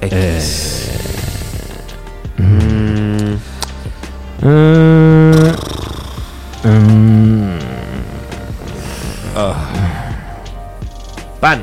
Eh. X. Mm, Ah. Mm. Pan.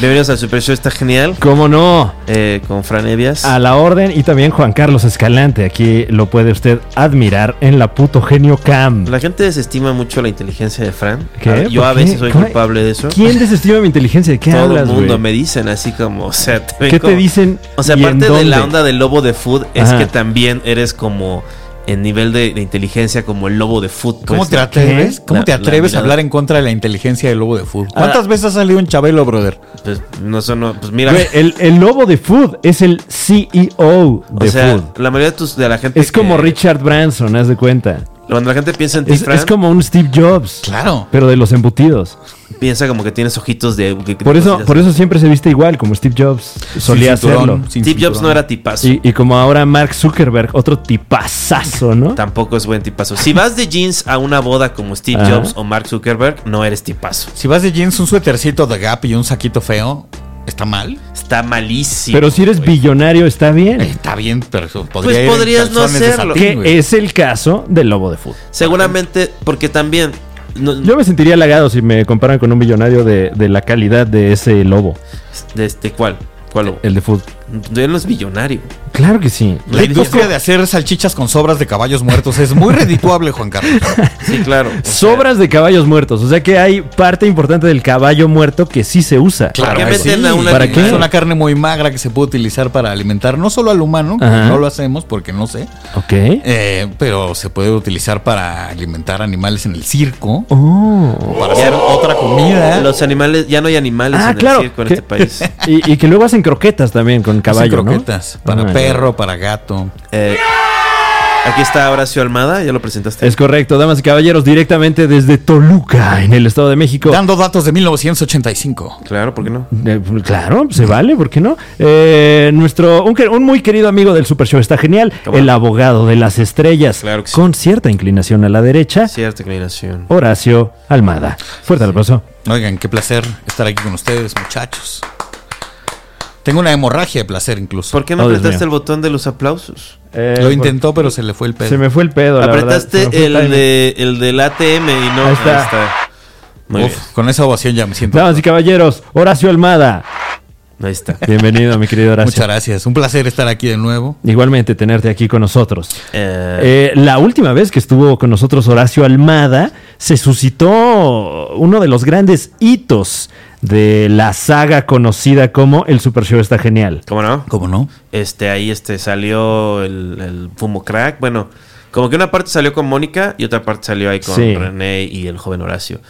Bienvenidos al Super Show, está genial. ¿Cómo no? eh, con Fran Evias. A la orden y también Juan Carlos Escalante. Aquí lo puede usted admirar en la puto genio cam. La gente desestima mucho la inteligencia de Fran. ¿Qué? Ah, Yo ¿Por a qué? veces soy ¿Cómo- culpable de eso. ¿Quién desestima mi inteligencia? ¿De qué Todo hablas, el mundo güey? me dicen así como, o sea, te ven ¿Qué como- te dicen? O sea, y en aparte de la dónde? onda del lobo de food, es Ajá. que también eres como en nivel de, de inteligencia como el lobo de food. ¿Cómo pues, te ¿no? atreves? ¿Qué? ¿Cómo La- te la atreves a mirada. hablar en contra de la inteligencia del lobo de fútbol? ¿Cuántas veces ha salido en Chabelo, brother? Pues no son, no, pues mira, Güey, el, el lobo de Food es el CEO o de sea, Food. la mayoría de, tus, de la gente Es como que- Richard Branson, haz de cuenta. Cuando la gente piensa en ti, Es, Fran, es como un Steve Jobs. Claro. Pero de los embutidos. piensa como que tienes ojitos de... que- que Por te eso, cositas. por eso siempre se viste igual, como Steve Jobs solía hacerlo. Steve Jobs no era tipazo. Y, y como ahora Mark Zuckerberg, otro tipazazo, ¿no? Tampoco es buen tipazo. Si vas de jeans a una boda como Steve Ajá. Jobs o Mark Zuckerberg, no eres tipazo. Si vas de jeans, un suétercito de Gap y un saquito feo, ¿está mal? Está malísimo. Pero si eres billonario, está bien. Está bien, pero eso podría Pues ir en podrías no calzones de hacerlo. satín, Que güey. es el caso del lobo de fútbol. Seguramente, porque también... no- Yo me sentiría halagado si me comparan con un millonario de, de la calidad de ese lobo, de este, ¿Cuál? ¿Cuál? lobo? el de fútbol. Él no es millonario. Claro que sí. La industria de hacer salchichas con sobras de caballos muertos es muy redituable, Juan Carlos. Sí, claro. O sea, Sobras de caballos muertos. O sea que hay parte importante del caballo muerto que sí se usa. ¿Por qué que meten a una ¿Para qué? Es una carne muy magra que se puede utilizar para alimentar no solo al humano, que Ajá. no lo hacemos porque no sé, Ok. eh, pero se puede utilizar para alimentar animales en el circo. Oh. para hacer otra comida. ¿eh? Los animales, ya no hay animales Ah, en claro. el circo en que- este país. Y, y que luego hacen croquetas también con Hacen caballo, ¿no? croquetas para Ah, ya. perro, para gato. Eh, aquí está Horacio Almada, ya lo presentaste. Es correcto, damas y caballeros, directamente desde Toluca, en el Estado de México. Dando datos de 1985. Claro, ¿por qué no? Eh, claro, se vale, ¿por qué no? Eh, nuestro, un, que- un muy querido amigo del Super Show está genial, ¿Cómo? el abogado de las estrellas, Claro que sí. con cierta inclinación a la derecha, Cierta inclinación. Horacio Almada. Fuerte el abrazo. Oigan, qué placer estar aquí con ustedes, muchachos. Tengo una hemorragia de placer incluso. ¿Por qué no Oh, Dios apretaste mío. el botón de los aplausos? Eh, Lo intentó, pero se le fue el por- Se pedo. me fue el pedo, la verdad, Apretaste se me fue el, timing. de, el del ATM y no. Ahí está. Muy Uf, con esa ovación ya me siento. Damas y caballeros, Horacio Almada. bien. Ahí está. Bienvenido, mi querido Horacio. Muchas gracias. Un placer estar aquí de nuevo. Igualmente tenerte aquí con nosotros. Eh, Eh, la última vez que estuvo con nosotros Horacio Almada, se suscitó uno de los grandes hitos de la saga conocida como El Super Show está genial. ¿Cómo no? ¿Cómo no? Este, ahí este, salió el, el fumo crack. Bueno, como que una parte salió con Mónica y otra parte salió ahí con Sí. René y el joven Horacio.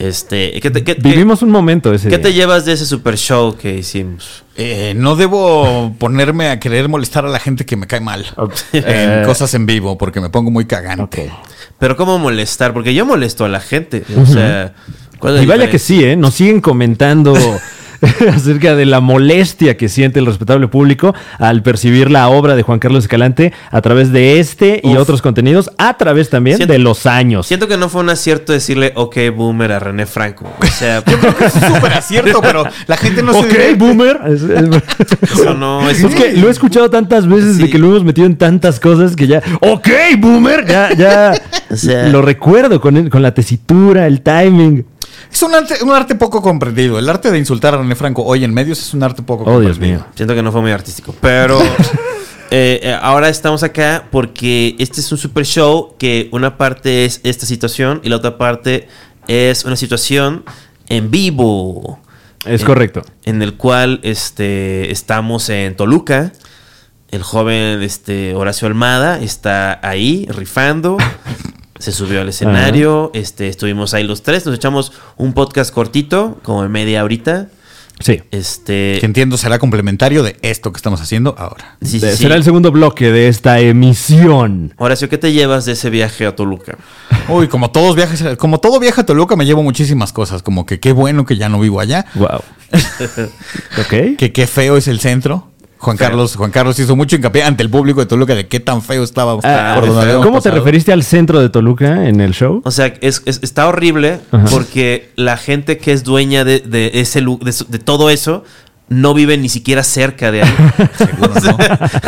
Este, ¿qué te, qué- qué- Vivimos un momento ese qué te día. llevas de ese super show que hicimos? Eh, no debo ponerme a querer molestar a la gente que me cae mal. Eh, En cosas en vivo, porque me pongo muy cagante. Pero ¿cómo molestar? Porque yo molesto a la gente. O sea, ¿cuál es la Y vaya diferencia? que sí, ¿eh? nos siguen comentando acerca de la molestia que siente el respetable público al percibir la obra de Juan Carlos Escalante a través de este y Uf. otros contenidos, a través también Siento- de los años. Siento que no fue un acierto decirle, ok, boomer a René Franco. O sea, Es súper acierto, pero la gente no ok, se boomer. Es- es- eso no es. Es que lo he escuchado tantas veces de Sí. que lo hemos metido en tantas cosas que ya. ¡Ok, boomer! Ya, ya. O sea- lo recuerdo con, el- con la tesitura, el timing. Es un arte, un arte poco comprendido. El arte de insultar a René Franco hoy en medios es un arte poco Oh, comprendido. Dios mío. Siento que no fue muy artístico. Pero eh, eh, ahora estamos acá porque este es un super show que una parte es esta situación y la otra parte es una situación en vivo. Es Eh, correcto. En el cual este, estamos en Toluca. El joven este, Horacio Almada está ahí rifando. Se subió al escenario. Este, estuvimos ahí los tres. Nos echamos un podcast cortito, como de media horita. Sí. Este. Que entiendo será complementario de esto que estamos haciendo ahora. sí, sí, De- sí. Eh, Será el segundo bloque de esta emisión. Horacio, ¿qué te llevas de ese viaje a Toluca? Uy, como todos viajes, como todo viaje a Toluca me llevo muchísimas cosas, como que qué bueno que ya no vivo allá, Wow. ok. que qué feo es el centro. Juan Carlos, Juan Carlos hizo mucho hincapié ante el público de Toluca de qué tan feo estaba. Ah, por donde habíamos ¿Cómo te pasado. referiste al centro de Toluca en el show? O sea, es- es- está horrible Ajá. porque la gente que es dueña de, de ese lu- de, su- de todo eso no vive ni siquiera cerca de ahí. Seguro, ¿no?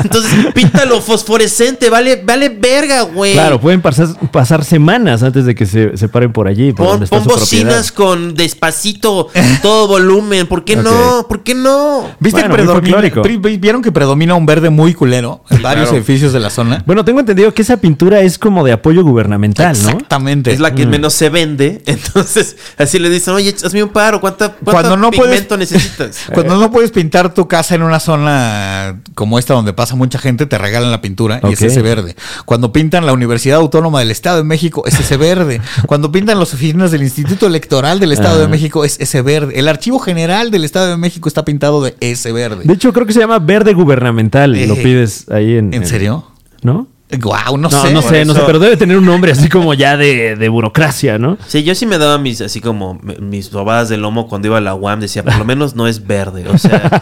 Entonces, píntalo fosforescente, vale, vale verga, güey. Claro, pues, pueden pasar, pasar semanas antes de que se, se paren por allí. Por Pon, donde está pon su bocinas propiedad. con despacito, todo volumen. ¿Por qué no? ¿Por qué no? ¿Viste Bueno, que muy predomina- folclórico. pri- vi- ¿Vieron que predomina un verde muy culero en varios edificios de la zona? Bueno, tengo entendido que esa pintura es como de apoyo gubernamental, ¿no? Exactamente. Es la Mm. que menos se vende. Entonces, así le dicen, oye, hazme un paro. ¿Cuánta, cuánto Cuando no puedes- pigmento necesitas? Cuando Eh. no puedes pintar tu casa en una zona como esta donde pasa mucha gente, te regalan la pintura y Ok. es ese verde. Cuando pintan la Universidad Autónoma del Estado de México, es ese verde. Cuando pintan las oficinas del Instituto Electoral del Estado de Ajá. México, es ese verde. El Archivo General del Estado de México está pintado de ese verde. De hecho, creo que se llama verde gubernamental. Eh, Lo pides ahí en. ¿En serio? ¿No? Guau, no, No, sé. no sé, no sé, eso- pero debe tener un nombre así como ya de, de burocracia, ¿no? Sí, yo sí me daba mis, así como, me- mis bobadas de lomo cuando iba a la UAM. Decía, por lo menos no es verde. O sea,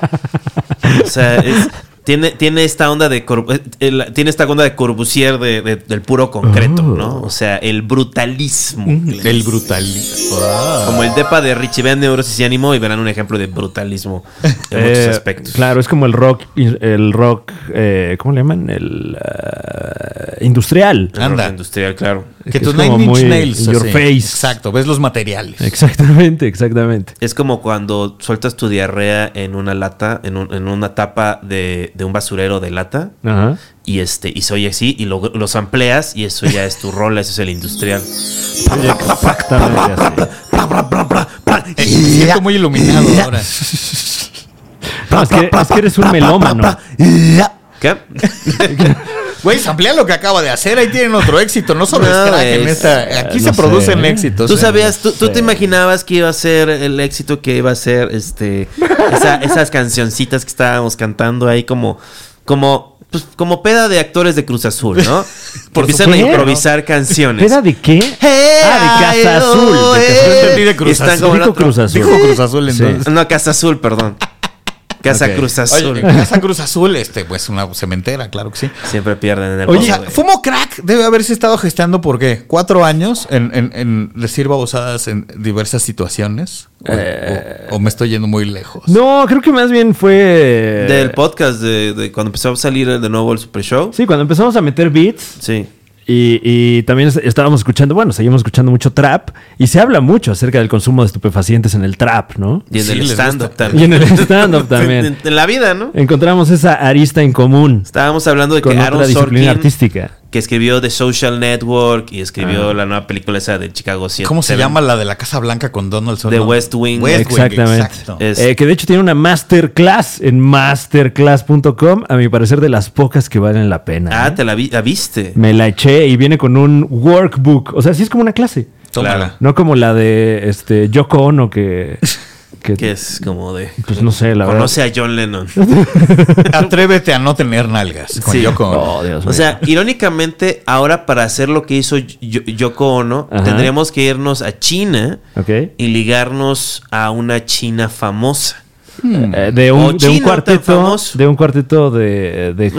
o sea es- tiene, tiene esta onda de, Cor- eh, eh, la- tiene esta onda de Corbusier de- de- del puro concreto, Oh. ¿no? O sea, el brutalismo. Ah. Mm. El brutal. Ah. Como el depa de Richie Van Neuros y se animó y verán un ejemplo de brutalismo en Eh, muchos aspectos. Claro, es como el rock, el rock, eh, ¿cómo le llaman? El ah, industrial. El rock Anda. industrial, claro. Que Es tus como Nine Inch muy Nails. in your así. face. Exacto, ves los materiales. Exactamente, exactamente. Es como cuando sueltas tu diarrea en una lata, en, un- en una tapa de, de un basurero de lata Ajá. y este y soy así y lo- los amplias y eso ya es tu rola, eso es el industrial. Exactamente así. Eh, me siento muy iluminado ahora. No, es, que, es que eres un melómano. ¿Qué? Güey, samplea lo que acaba de hacer. Ahí tienen otro éxito. No solo No, es crack en es- esta. Aquí no se sé. producen éxitos. Tú eh. sabías, tú, tú te imaginabas que iba a ser el éxito que iba a ser este esa- esas cancioncitas que estábamos cantando ahí como como pues, como peda de actores de Cruz Azul, ¿no? Que empiezan a supuesto. improvisar canciones. ¿Era de qué? Ah, de Casa Azul. de Casa Azul. Yo entendí de Cruz Están Azul. como en Dijo otro- Cruz Azul. Dijo Cruz Azul Sí. entonces. No, Casa Azul, perdón. Casa Ok. Cruz Azul. Oye, Casa Cruz Azul, este, pues una cementera, claro que sí. Siempre pierden en el Oye, Oye, Fumo Crack debe haberse estado gestando por qué? Cuatro años en, en, en decir babosadas en diversas situaciones. O, Eh. o- o me estoy yendo muy lejos. No, creo que más bien fue. eh, Eh, Del podcast de, de cuando empezó a salir de nuevo el Super Show. Sí, cuando empezamos a meter beats. Sí. Y, y también es- estábamos escuchando, bueno, seguimos escuchando mucho trap y se habla mucho acerca del consumo de estupefacientes en el trap, ¿no? Y en Sí, el les stand-up gusta. también. Y en el stand-up también. En, en la vida, ¿no? Encontramos esa arista en común Estábamos hablando de con que otra Aaron disciplina Sorkin, artística. que escribió The Social Network y escribió la nueva película esa de Chicago 7. Ah. ¿Cómo se llama la de la Casa Blanca con Donald Trump? The West Wing. West Wing, Exactamente. exacto. Es- Eh, que de hecho tiene una masterclass en masterclass.com, a mi parecer de las pocas que valen la pena. Ah, ¿eh? te la, vi- la viste. Me la eché y viene con un workbook, o sea, sí es como una clase, Tómala. no como la de este Yoko Ono que... que- Que es como de. Pues no sé, la verdad. Conoce a John Lennon. Atrévete a no tener nalgas. Con Sí. Yoko Ono. Oh, Dios mío. O sea, irónicamente, ahora para hacer lo que hizo Yo- Yoko Ono, Ajá. tendríamos que irnos a China Ok. y ligarnos a una China famosa. Eh, de, hmm. O un, de un chino tan cuarteto famoso. de un cuarteto de, de-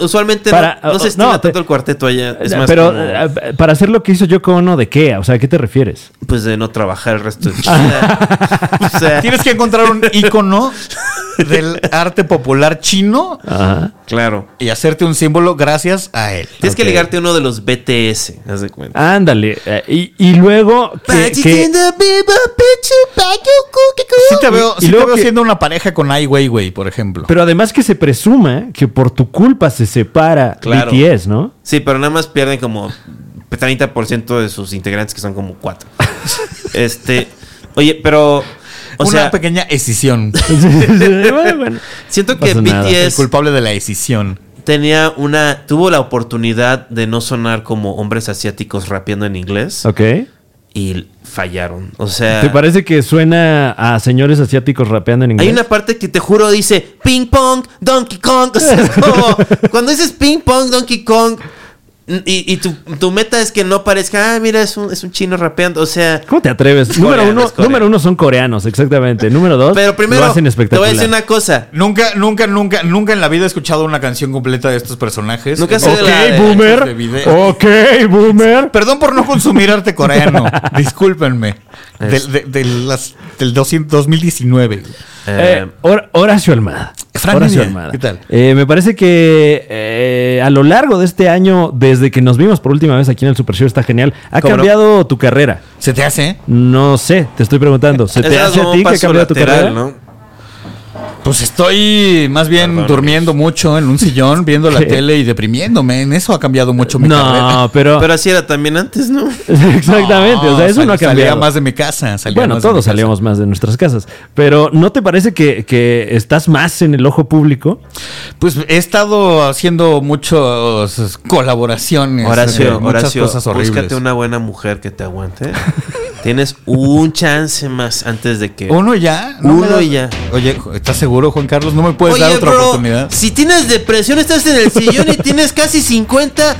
Usualmente Para- no, no se oh, estila no, te- tanto el cuarteto allá. Es más pero como, eh, para hacer lo que hizo Yoko Ono de qué o sea ¿a qué te refieres pues de no trabajar el resto de Ah. China. o sea, Tienes que encontrar un ícono del arte popular chino Ajá. claro. y hacerte un símbolo gracias a él. Tienes que Ok. ligarte a uno de los BTS, haz de cuenta. ándale eh, y, y luego Ah, que, que- Sí te veo, Y sí te luego veo que- siendo una pareja con Ai Weiwei, por ejemplo. pero además que se presuma que por tu culpa se separa Claro. BTS no Sí, pero nada más pierden como 30% de sus integrantes, que son como cuatro. este, oye, pero. O una sea, pequeña escisión. Bueno, bueno. siento No que pasa nada. El BTS culpable de la escisión. tenía una. tuvo la oportunidad de no sonar como hombres asiáticos rapeando en inglés. ok y fallaron. O sea, ¿Te parece que suena a señores asiáticos rapeando en inglés? hay una parte que te juro dice ping pong, Donkey Kong. O sea, es como, cuando dices ping pong, Donkey Kong, y, y tu, tu meta es que no parezca, ah, mira, es un, es un chino rapeando. O sea, ¿Cómo te atreves? Coreanos, número, uno, coreanos. número uno son coreanos, exactamente. Número dos, pero primero, lo hacen te voy a espectacular. decir una cosa. Nunca, nunca, nunca, nunca en la vida he escuchado una canción completa de estos personajes. Nunca sé de la- de- Ok, de boomer. Oh. video. Ok, boomer. Perdón por no consumir arte coreano. Discúlpenme. Del, de- de las- del 200 2019. Eh, Hor- Horacio Almada. Fran Horacio Evia, Almada. ¿qué tal? Eh, me parece que eh, a lo largo de este año, desde que nos vimos por última vez aquí en el Super Show, está genial. Ha ¿Cómo no? cambiado tu carrera. ¿Se te hace? No sé, te estoy preguntando. ¿Se te Ese hace como a un ti que ha paso cambiado tu lateral, carrera? ¿no? Pues estoy más bien Perdón, durmiendo mucho en un sillón, viendo la tele y deprimiéndome. En eso ha cambiado mucho mi carrera. No, pero. Pero así era también antes, ¿no? exactamente, o sea, eso sal- no ha cambiado. Salía más de mi casa. salía Bueno, más de mi todos casa. salíamos más de nuestras casas. Pero ¿no te parece que, que estás más en el ojo público? Pues he estado haciendo muchas colaboraciones. eh, Horacio, muchas Horacio, cosas horribles. búscate una buena mujer que te aguante. Tienes un chance más antes de que. Uno ya. me Uno das- y ya. Oye, ¿estás seguro, Juan Carlos? ¿No me puedes Oye, dar otra bro, oportunidad? si tienes depresión, estás en el sillón y tienes casi 50.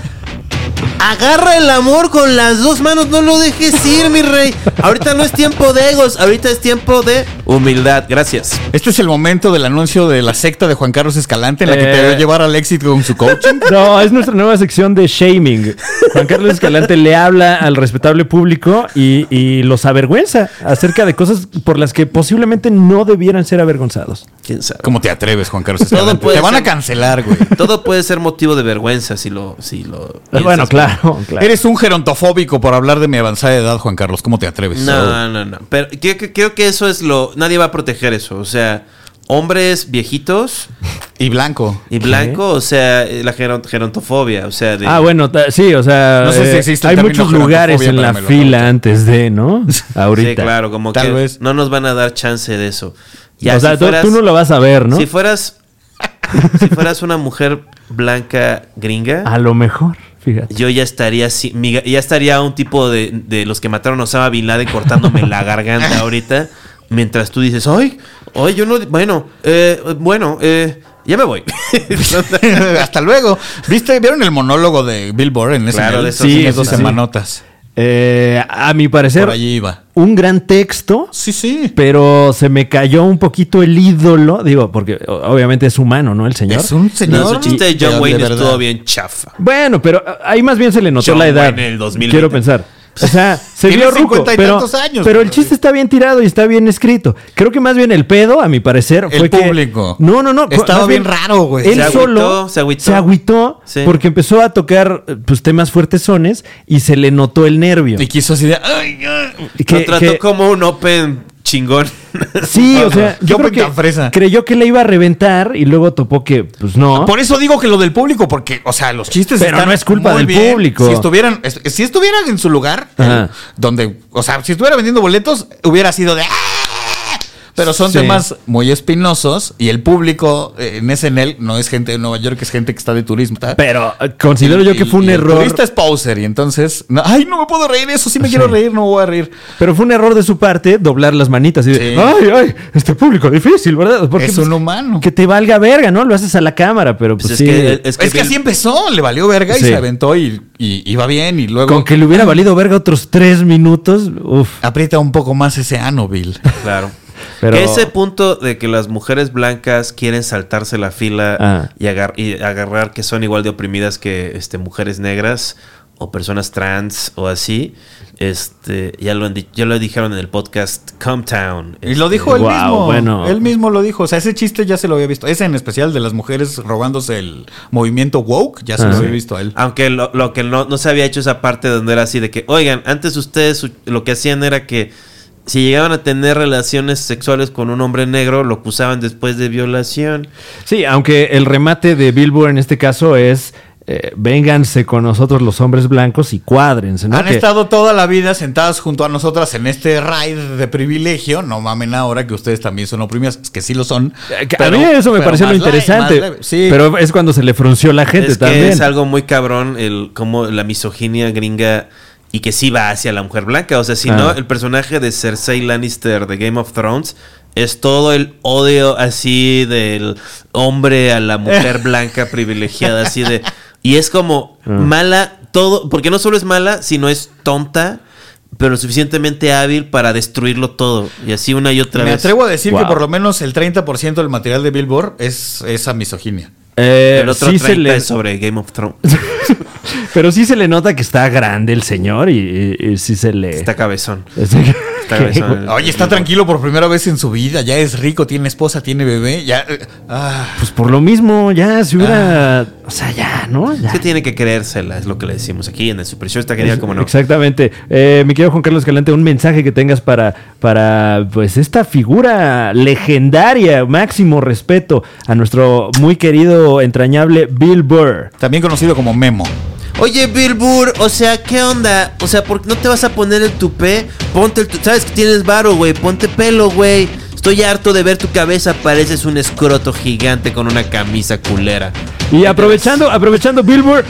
Agarra el amor con las dos manos, no lo dejes ir, mi rey. Ahorita no es tiempo de egos, ahorita es tiempo de humildad. Gracias. Este es el momento del anuncio de la secta de Juan Carlos Escalante en la que te Eh. va a llevar al éxito con su coaching. No, es nuestra nueva sección de shaming. Juan Carlos Escalante le habla al respetable público y, y los avergüenza acerca de cosas por las que posiblemente no debieran ser avergonzados. ¿Quién sabe? ¿Cómo te atreves, Juan Carlos Todo Escalante? puede Te van ser. a cancelar, güey. Todo puede ser motivo de vergüenza si lo. Si lo Eh, Bueno, piensas. claro, claro. Eres un gerontofóbico por hablar de mi avanzada edad, Juan Carlos. ¿Cómo te atreves? No, no, no. Pero creo, que- creo que eso es lo. Nadie va a proteger eso. O sea, hombres viejitos Y blanco. y blanco, o sea, eh, la geron- gerontofobia. O sea, de- Ah, bueno, ta- sí, o sea, No sé si eh, existe el hay término muchos lugares en gerontofobia, la pero me lo fila antes de, ¿no? Ahorita. Sí, claro, como Tal que vez. no nos van a dar chance de eso. Ya, o sea, si tú- fueras- tú, no lo vas a ver, ¿no? Si fueras. si fueras una mujer blanca gringa, a lo mejor, fíjate. yo ya estaría así, mi ga- ya estaría un tipo de, de los que mataron a Osama Bin Laden cortándome la garganta ahorita. Mientras tú dices, ay, ay, yo no. Bueno, eh, bueno, eh, ya me voy. Hasta luego. ¿Viste? ¿Vieron el monólogo de Bill Burr en ese Claro, en de esos- esos- en sí, esos sí, sí. semanotas? Eh, a mi parecer, Por allí iba. un gran texto, Sí, sí. pero se me cayó un poquito el ídolo. Digo, porque o- obviamente es humano, ¿no? El señor. Es un No, señor. su chiste de pero John Wayne verdad. estuvo bien chafa. Bueno, pero ah, ahí más bien se le notó John la edad. Wayne en el 2020. Quiero pensar. O sea, se Tiene vio ruco, 50 y pero, tantos años, pero el pero- chiste está bien tirado y está bien escrito. Creo que más bien el pedo, a mi parecer, El fue que- público. no, no, no. Estaba más bien raro, güey. Él Se agüitó, solo se agüitó. agüitó Sí. porque empezó a tocar eh, pues, temas fuertesones y se le notó el nervio. Y quiso así de. "Ay, ay". Lo trató como un open chingón. Sí, o sea, Yo yo creo pensé que en fresa. creyó que le iba a reventar y luego topó que, pues no. Por eso digo que lo del público, porque, o sea, los chistes. Pero no es culpa muy del público. Si estuvieran, es- si estuvieran en su lugar, Ajá. eh, donde, o sea, si estuviera vendiendo boletos, hubiera sido de. "Ah". Pero son Sí. temas muy espinosos y el público eh, en SNL no es gente de Nueva York, es gente que está de turismo. ¿tá? Pero eh, considero yo Y- que fue un y el error. turista es poser y entonces, no- ay, no me puedo reír, eso sí me quiero Sí. reír, no me voy a reír. Pero fue un error de su parte doblar las manitas y de, Sí. ay, ay, este público difícil, ¿verdad? Porque, pues, Es un humano. Que te valga verga, ¿no? Lo haces a la cámara, pero pues, Pues es sí. que- Es que, Bill- así empezó, le valió verga y Sí. se aventó y, y iba bien y luego Con que le hubiera valido verga otros tres minutos, uf. aprieta un poco más ese ano, Bill. Claro. Pero- Que ese punto de que las mujeres blancas quieren saltarse la fila Ah. y, agar- y agarrar que son igual de oprimidas que este, mujeres negras o personas trans o así, este, ya lo, han di- ya lo dijeron en el podcast Come Town. este, Y lo dijo él Wow, mismo. Este, bueno. Él mismo lo dijo. O sea, ese chiste ya se lo había visto. Ese en especial de las mujeres robándose el movimiento woke, ya se Ah, lo sí. había visto a él. Aunque lo, lo que no, no se había hecho esa parte donde era así de que, oigan, antes ustedes su- lo que hacían era que si llegaban a tener relaciones sexuales con un hombre negro, lo acusaban después de violación. Sí, aunque el remate de Billboard en este caso es, eh, vénganse con nosotros los hombres blancos y cuádrense, ¿no? Han Que- estado toda la vida sentadas junto a nosotras en este raid de privilegio. No mamen ahora que ustedes también son oprimidas. Es que sí lo son. Eh, que pero- a mí eso me pero pareció lo más leve, interesante. más leve. Sí. Pero es cuando se le frunció la gente es que también. es algo muy cabrón el cómo la misoginia gringa y que sí va hacia la mujer blanca. O sea, si Ah. no, el personaje de Cersei Lannister de Game of Thrones es todo el odio así del hombre a la mujer blanca privilegiada, así de. Y es como Ah. mala todo, porque no solo es mala, sino es tonta, pero lo suficientemente hábil para destruirlo todo. Y así una y otra Me vez. atrevo a decir Wow. que por lo menos el 30% del material de Billboard es esa misoginia. Eh, El otro sí 30 se le- es sobre Game of Thrones. Pero sí se le nota que está grande el señor y, y- y sí se le... Está cabezón. Está eh. Ok, cabezón. el- Oye, eh, está tranquilo por primera vez en su vida, ya es rico, tiene esposa, tiene bebé, ya... eh, ah. Pues por lo mismo, ya se hubiera... O sea, ya, ¿no? Ya. Se Ah. tiene que creérsela, es lo que le decimos aquí en el Super Show. Está genial, como no. Exactamente. Eh, mi querido Juan Carlos Calante, un mensaje que tengas para, para pues esta figura legendaria, máximo respeto a nuestro muy querido, entrañable Bill Burr. También conocido como Memo. Oye, Bill Burr, o sea, ¿qué onda? O sea, ¿por qué no te vas a poner el tupé? Ponte el tu- Sabes que tienes varo, güey. Ponte pelo, güey. Estoy harto de ver tu cabeza. Pareces un escroto gigante con una camisa culera. Y aprovechando, aprovechando Bill Burr,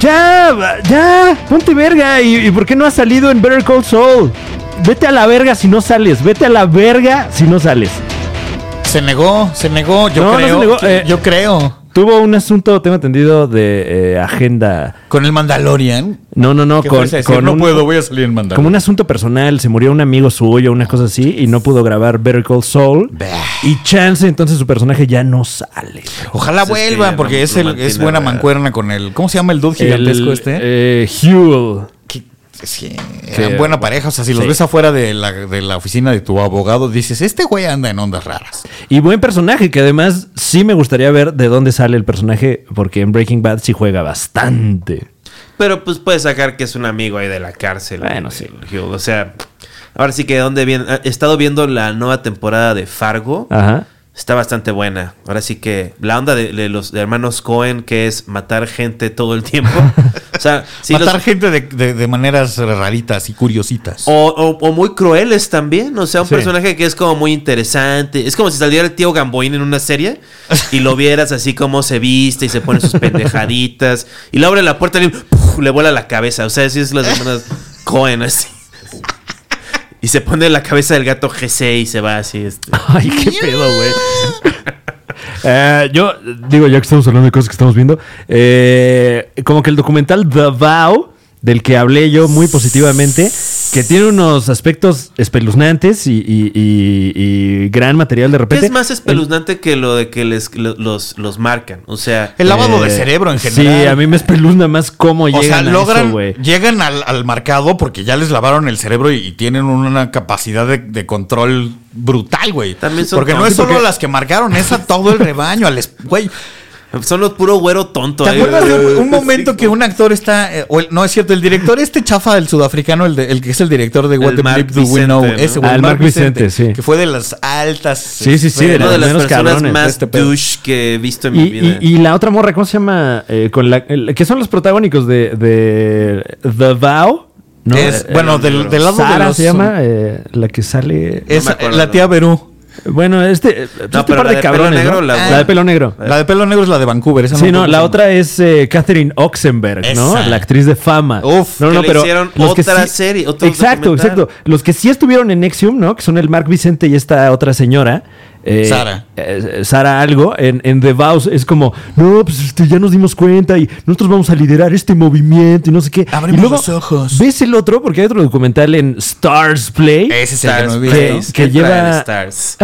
ya, ya, ponte verga. ¿Y, y por qué no has salido en Better Call Saul? Vete a la verga si no sales, vete a la verga si no sales. Se negó, se negó, yo No, no creo. se negó, que- eh. Yo creo. Tuvo un asunto, tengo entendido, de eh, agenda. Con el Mandalorian. No, no, no, ¿Qué con, fuerza decir? con no un- puedo, voy a salir en Mandalorian. Como un asunto personal, se murió un amigo suyo, una cosa así, y no pudo grabar Better Call Saul. Y chance, entonces su personaje ya no sale. Ojalá Pues es que vuelvan, no- porque no es, el, mantiene es buena la- mancuerna con el. ¿Cómo se llama el dude gigantesco El, este? Eh, Huel. Que- sí, que- eran buena pareja. O sea, si los sí. ves afuera de la, de la oficina de tu abogado, dices, este güey anda en ondas raras. Y buen personaje, que además sí me gustaría ver de dónde sale el personaje, porque en Breaking Bad sí juega bastante. Pero pues puedes sacar que es un amigo ahí de la cárcel. Bueno, el- sí. el Hugh. O sea, ahora sí que de dónde viene. Ah, He estado viendo la nueva temporada de Fargo. Ajá. Está bastante buena. Ahora sí que la onda de, de los hermanos Cohen, que es matar gente todo el tiempo. o sea, sí los- Matar gente de, de- de maneras raritas y curiositas. o, o- o muy crueles también. O sea, un Sí. personaje que es como muy interesante. Es como si saliera el tío Gamboín en una serie y lo vieras así como se viste y se pone sus pendejaditas. Y le abre la puerta y ¡puf! le vuela la cabeza. O sea, así es las hermanas Cohen así. Y se pone la cabeza del gato GC y se va así. este. Ay, qué pedo, güey. Eh, yo digo, ya que estamos hablando de cosas que estamos viendo, eh, como que el documental The Vow, del que hablé yo muy positivamente, que tiene unos aspectos espeluznantes y, y- y- y gran material de ¿Qué repente. es más espeluznante que lo de que les, lo- los, los marcan? O sea, el lavado de Eh, cerebro en general. Sí, a mí me espeluzna más cómo O sea, llegan a logran, eso, güey. llegan al, al marcado porque ya les lavaron el cerebro y, y tienen una capacidad de, de control brutal, güey. También son Porque no tontos. es solo Porque- las que marcaron, es a todo el rebaño, al es- güey. son los puro güero tonto. ¿Te ahí, acuerdas de güey. un, un momento que un actor está, eh, o el- no es cierto, el director este chafa el sudafricano, el, de- el que es el director de What El the Mark Bleep Do We Vicente, Know, ¿no? ese güey, Ah, el Mark Vicente, sí. que fue de las altas. Sí, sí, sí, de Uno de las menos personas cabrones de más este pedo. douche que he visto en mi Y, vida. eh. y- y la otra morra, ¿cómo se llama? Eh, con la, el- que son los protagónicos de, de The Vow. ¿no? Es- Eh, bueno, del, del lado de Sara los se llama eh, la que sale. es No me acuerdo, la no. tía Berú. Bueno, este, eh, No, este pero par la de, de pelo cabrones. negro, ¿no? la- la, de pelo negro. Eh. La de pelo negro es la de Vancouver. Esa Sí, me no, acuerdo la cómo se otra es eh, Catherine Oxenberg, ¿no? Esa. La actriz de fama. Uf, no, que no, le pero hicieron los que otra sí- serie, otro Exacto, documental. exacto. Los que sí estuvieron en Nexium, ¿no? Que son el Mark Vicente y esta otra señora. eh, Sara. eh, Sara algo en, en The Vows es como no pues este, ya nos dimos cuenta y nosotros vamos a liderar este movimiento y no sé qué Abrimos y luego los ojos. llama. ves el otro porque hay otro documental en Stars Play Ese es el que no he Stars visto. Play. que Entra lleva- en Stars.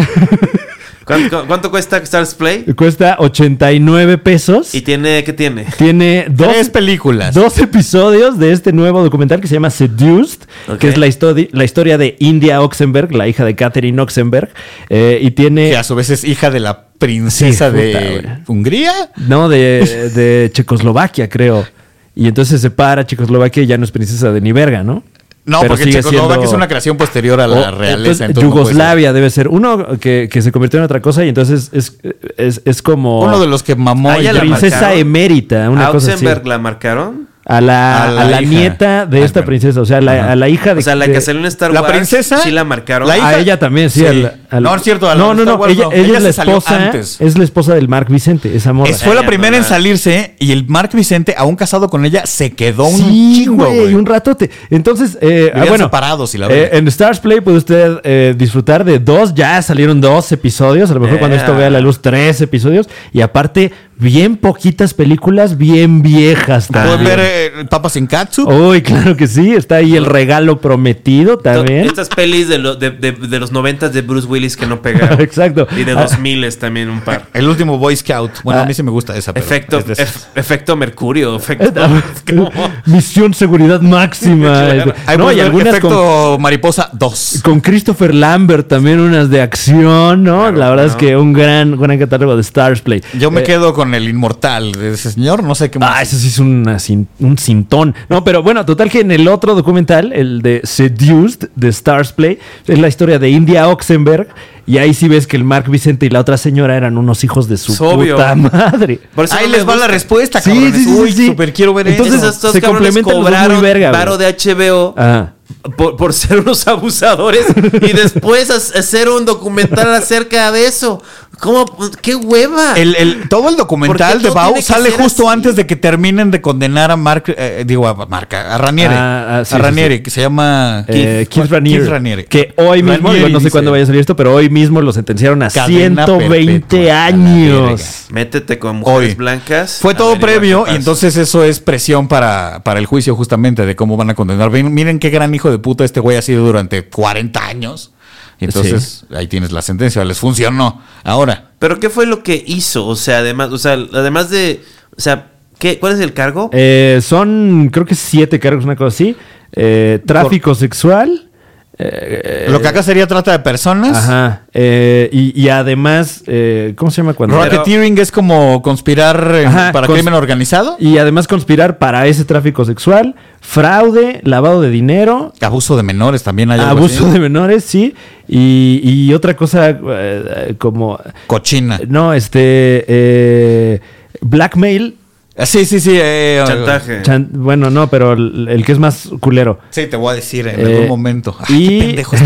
¿Cuánto, cuánto cuesta Stars Play? cuesta 89 pesos ¿Y tiene qué tiene? tiene dos Tres películas. dos episodios de este nuevo documental que se llama Seduced, Ok. que es la, histori- la historia de India Oxenberg, la hija de Catherine Oxenberg, eh, y que tiene... a su vez es hija de la princesa Sí, puta, de güey. Hungría. No, de, de Checoslovaquia, creo. Y entonces se para Checoslovaquia y ya no es princesa de ni verga, ¿no? No, Pero porque sigue Checoslovaquia siendo- es una creación posterior a la O- realeza. entonces, entonces pues, no puede ser. Yugoslavia debe ser. Uno que, que se convirtió en otra cosa y entonces es, es, es como... eh, Uno de los que mamó. Ah, ya y- la princesa marcaron. emérita, una ¿A cosa así. Oxenberg la marcaron? a la, A la a la hija. nieta de Ay, esta bueno. princesa, o sea, la, a la hija de. O sea, la de- que salió en Star La Wars. princesa, Sí la marcaron. la hija- a ella también, sí. Sí. a la- a la- No, es cierto, a la No, de no, Star no. Wars Ella, no. ella Ella es la se salió esposa. antes. Es la esposa del Mark Vicente, esa morra. Es- fue la Ay, primera en mamá. salirse y el Mark Vicente, aún casado con ella, se quedó un Sí, chingo, güey. güey, un ratote. Entonces, eh, ah, Vivían bueno, separados y la eh, verga. en Stars Play puede usted eh, disfrutar de dos, ya salieron dos episodios, a lo mejor cuando Yeah. esto vea la luz, tres episodios, y aparte, bien poquitas películas, bien viejas Pues, Pueden también. ver eh, Papas en Katsu. Uy, claro que sí, está ahí el regalo prometido To- también. Estas pelis de, lo- de, de- de los 90 de Bruce Willis que no pegaron. Exacto. Y de Ah. 2000 también un par. El último Boy Scout. Bueno, a mí sí me gusta esa. pero Efecto, es de esas. ef- efecto Mercurio. Efecto. Misión seguridad máxima. Este, Claro. Ahí No, puedes y ver algunas con- Efecto Mariposa 2. Con Christopher Lambert también unas de acción, ¿no? Claro, la verdad es ¿no? que un gran, gran catálogo de Stars Play. Yo me Eh, quedo con el inmortal de ese señor. No sé qué más. Ah, ese sí es una cin- un cintón. No, pero bueno, total que en el otro documental, el de Seduced, de Stars Play, es la historia de India Oxenberg. Y ahí sí ves que el Mark Vicente y la otra señora eran unos hijos de su Es obvio. puta madre. Por eso Ahí no me les va la gusta. respuesta, Sí, cabrones. sí, sí, Uy, sí. super quiero ver Entonces, eso. Esos dos se cabrones complementan los dos cobraron muy verga, güey. paro de HBO Ah. por, por ser unos abusadores y después ha- hacer un documental acerca de eso. ¿Cómo? ¡Qué hueva! El, el- todo el ¿Por documental qué de todo Bau tiene que sale ser justo así? antes de que terminen de condenar a Mark, eh, digo a Marca, a Ranieri. Ah, ah, sí, a sí, Ranieri, sí. que se llama Eh, Keith Raniere, Raniere. Que hoy mismo, Raniere, digo, no sé dice. cuándo vaya a salir esto, pero hoy mismo lo sentenciaron a Cadena 120 perpetua, a la años. Métete con mujeres Hoy. blancas. Fue todo Averigua previo qué y pasa. entonces eso es presión para, para el juicio justamente de cómo van a condenar. Ven, miren qué gran hijo de puta este güey ha sido durante 40 años. Y entonces ahí tienes la sentencia, les funcionó. Ahora, Pero ¿qué fue lo que hizo? O sea, además, o sea, además de, o sea, ¿qué, ¿cuál es el cargo? Eh, son, creo que siete cargos, una cosa así. Eh, tráfico sexual. eh, lo que acá sería trata de personas. Ajá. eh, y, y además, eh, ¿cómo se llama cuando? Rock- Racketeering es como conspirar eh, Ajá, para cons- crimen organizado. Y además conspirar para ese tráfico sexual, fraude, lavado de dinero, Abuso de menores también hay. algo abuso así. de menores, sí. Y, y otra cosa eh, como... Cochina. No, este... eh, blackmail. Ah, Sí, sí, sí. eh, Chantaje. chan- bueno, no, pero el, el que es más culero. Sí, te voy a decir en Eh, algún momento. y- Ay, qué pendejo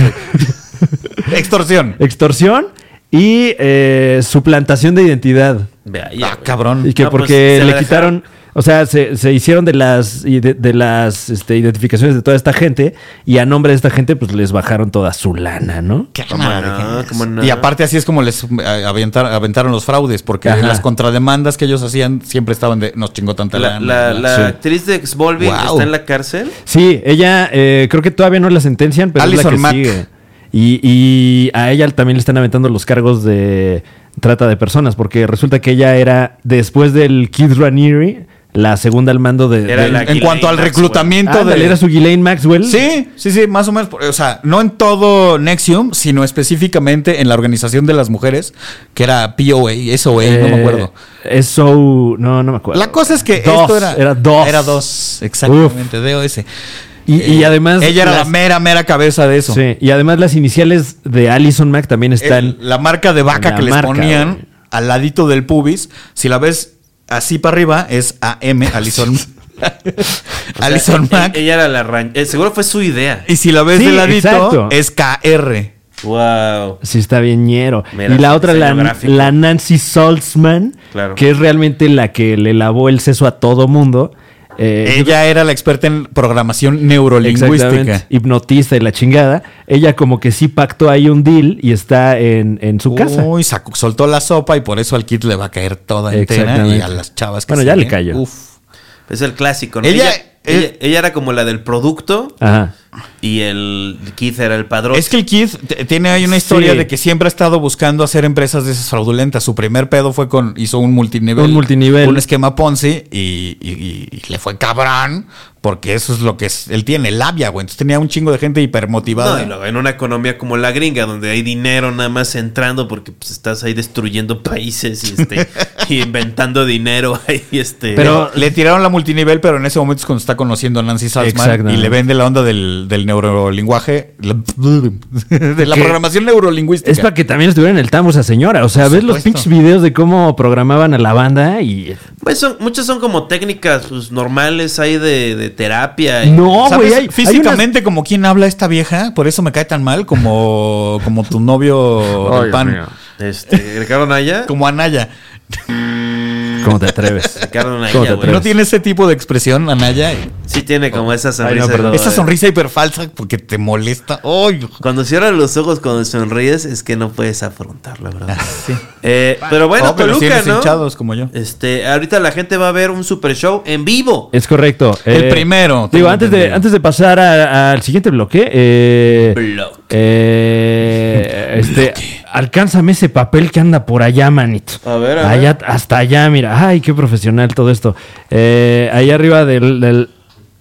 estoy. Extorsión. Extorsión y eh, suplantación de identidad. Vea, ya, Ah, güey. cabrón. Y que Ah, pues, porque se le la quitaron, o sea, se, se hicieron de las y de, de las este, identificaciones de toda esta gente y a nombre de esta gente pues les bajaron toda su lana, ¿no? Qué ¿Cómo maravilla. no? ¿Cómo no? Y aparte así es como les eh, aventar- aventaron los fraudes, porque Ajá. las contrademandas que ellos hacían siempre estaban de nos chingó tanta La, lana, la, la Sí. actriz de Smallville Wow. está en la cárcel. Sí, ella eh, creo que todavía no la sentencian, pero es la Alison que Mack. sigue. Y, y a ella también le están aventando los cargos de trata de personas, porque resulta que ella era, después del Kid Ranieri, la segunda al mando de... Era de- la- En Ghislaine cuanto al Maxwell. reclutamiento Ándale, de era su Ghislaine Maxwell. Sí, sí, sí, más o menos. O sea, no en todo Nexium, sino específicamente en la organización de las mujeres, que era POA, SOA, no me acuerdo. Eh, Eso, no, no me acuerdo. La cosa es que Dos, esto era, Era dos. Era dos, exactamente, DOS. Y, y Eh, además. Ella era la las- mera, mera cabeza de eso. Sí, y además las iniciales de Allison Mack también están. El- la marca de vaca la que les marca, ponían güey. al ladito del pubis, si la ves así para arriba, es AM, Alison. Alison Eh, Mack. Ella era la ranch. eh, seguro fue su idea. Y si la ves Sí, de ladito, exacto. Eh, es KR. Wow. Sí, está bien ñero. Mira, y la otra, la, diseño gráfico. la Nancy Saltzman, Claro. que es realmente la que le lavó el seso a todo mundo. Eh, Ella era la experta en programación Exactamente. neurolingüística. Hipnotista y la chingada. Ella como que sí pactó ahí un deal y está en, en su casa. Uy, sacó- soltó la sopa y por eso al kit le va a caer toda entera Exactamente. y a las chavas que Bueno, ya se le ven, cayó. uf. Es el clásico, ¿no? Ella- Ella, ella, ella era como la del producto Ajá. y el Keith era el padrón. Es que el Keith t- tiene ahí una historia Sí. de que siempre ha estado buscando hacer empresas de esas fraudulentas. Su primer pedo fue con. hizo un multinivel. Un multinivel. Un esquema Ponzi y, y- y- y le fue cabrón porque eso es lo que es- él tiene, labia, güey. Entonces tenía un chingo de gente hipermotivada. No, y luego en una economía como la gringa, donde hay dinero nada más entrando porque pues, estás ahí destruyendo países y, este, y inventando dinero ahí. Este, Pero- le tiraron la multinivel, pero en ese momento es cuando está conociendo a Nancy Salzman Exactamente. y le vende la onda del, del neurolinguaje, la- de la Que- programación neurolingüística. Es para que también estuviera en el tambo esa señora. O sea, Por ves los supuesto. pinches videos de cómo programaban a la banda y Pues son, muchas son como técnicas pues, normales ahí de, de terapia. y- No, ¿Sabes? güey. hay- hay Físicamente, como quien habla esta vieja, por eso me cae tan mal como, como tu novio unas- del pan. Este, Ricardo Naya. Como Anaya. ¿Cómo te atreves? Ricardo ¿Cómo te Naya, güey. atreves? No tiene ese tipo de expresión, Anaya. Sí tiene como esa Ay, sonrisa. no, perdón. como Esa de- sonrisa hiper falsa porque te molesta. ¡Ay! Cuando cierras los ojos, cuando sonríes, es que no puedes afrontarla, ¿verdad? Sí. Eh, pero bueno, Oh, pero Toluca, tienes ¿no? hinchados como yo. Este, ahorita la gente va a ver un super show en vivo. Es correcto. Eh, El primero, Digo, tengo antes de, entendido. antes de pasar a- al siguiente bloque, eh, Bloque. eh, este, alcánzame ese papel que anda por allá, manito. A ver, a allá, Hasta allá, mira. Ay, qué profesional todo esto. Eh, ahí arriba del... del-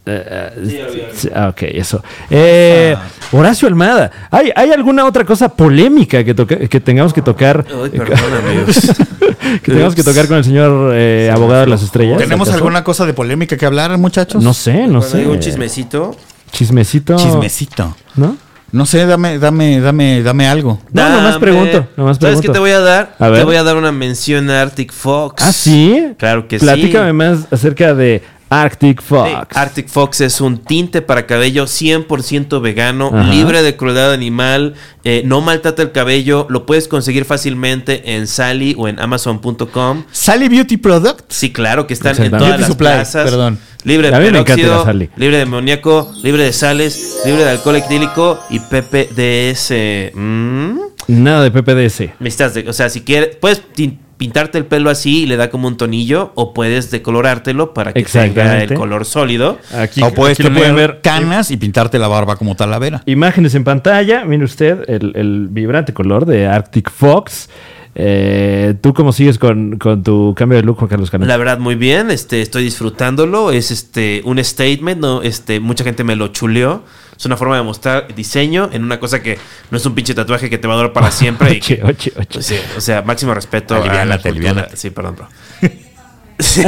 eh, sí, ah, ok, eso. Eh, Ah. Horacio Almada, ¿hay, ¿hay alguna otra cosa polémica que, toque- que tengamos que tocar? Ay, perdón, amigos. que tengamos que tocar con el señor eh, abogado de las estrellas. ¿Tenemos ¿acaso? alguna cosa de polémica que hablar, muchachos? No sé, no Bueno, sé. hay un chismecito. Chismecito. Chismecito. ¿No? No sé, dame, dame, dame, dame algo. No, nomás Dame. pregunto, nomás ¿Sabes pregunto. qué te voy a dar? A Te ver. voy a dar una mención a Arctic Fox. ¿Ah, sí? Claro que sí. Platícame más acerca de Arctic Fox. Sí, Arctic Fox es un tinte para cabello 100% vegano, Ajá. libre de crueldad animal, eh, no maltrata el cabello, lo puedes conseguir fácilmente en Sally o en Amazon.com. Sally Beauty Product. Sí, claro que están en Exactamente. todas Beauty las Supply, plazas. perdón. Libre A de mí me encanta la peróxido, Sally. libre de amoníaco, libre de sales, libre de alcohol etílico y PPDS. Mm. Nada de PPDS. Necesitas de- o sea, si quieres, puedes tin- pintarte el pelo así y le da como un tonillo, o puedes decolorártelo para que tenga Exactamente. el color sólido. Aquí, o pues, puedes aquí este lo tener pueden ver. canas y pintarte la barba como talavera. Imágenes en pantalla. Mire usted el, el vibrante color de Arctic Fox. Eh, ¿Tú cómo sigues con, con tu cambio de look, Juan Carlos Canal? La verdad, muy bien, este, estoy disfrutándolo. Es este un statement, ¿no? Este, mucha gente me lo chuleó. Es una forma de mostrar diseño en una cosa que no es un pinche tatuaje que te va a durar para siempre. y que- pues, Oye, oye, oye. sí, o sea, máximo respeto. a la Aliviánate, cultura. aliviánate. Sí, perdón, bro. Sí.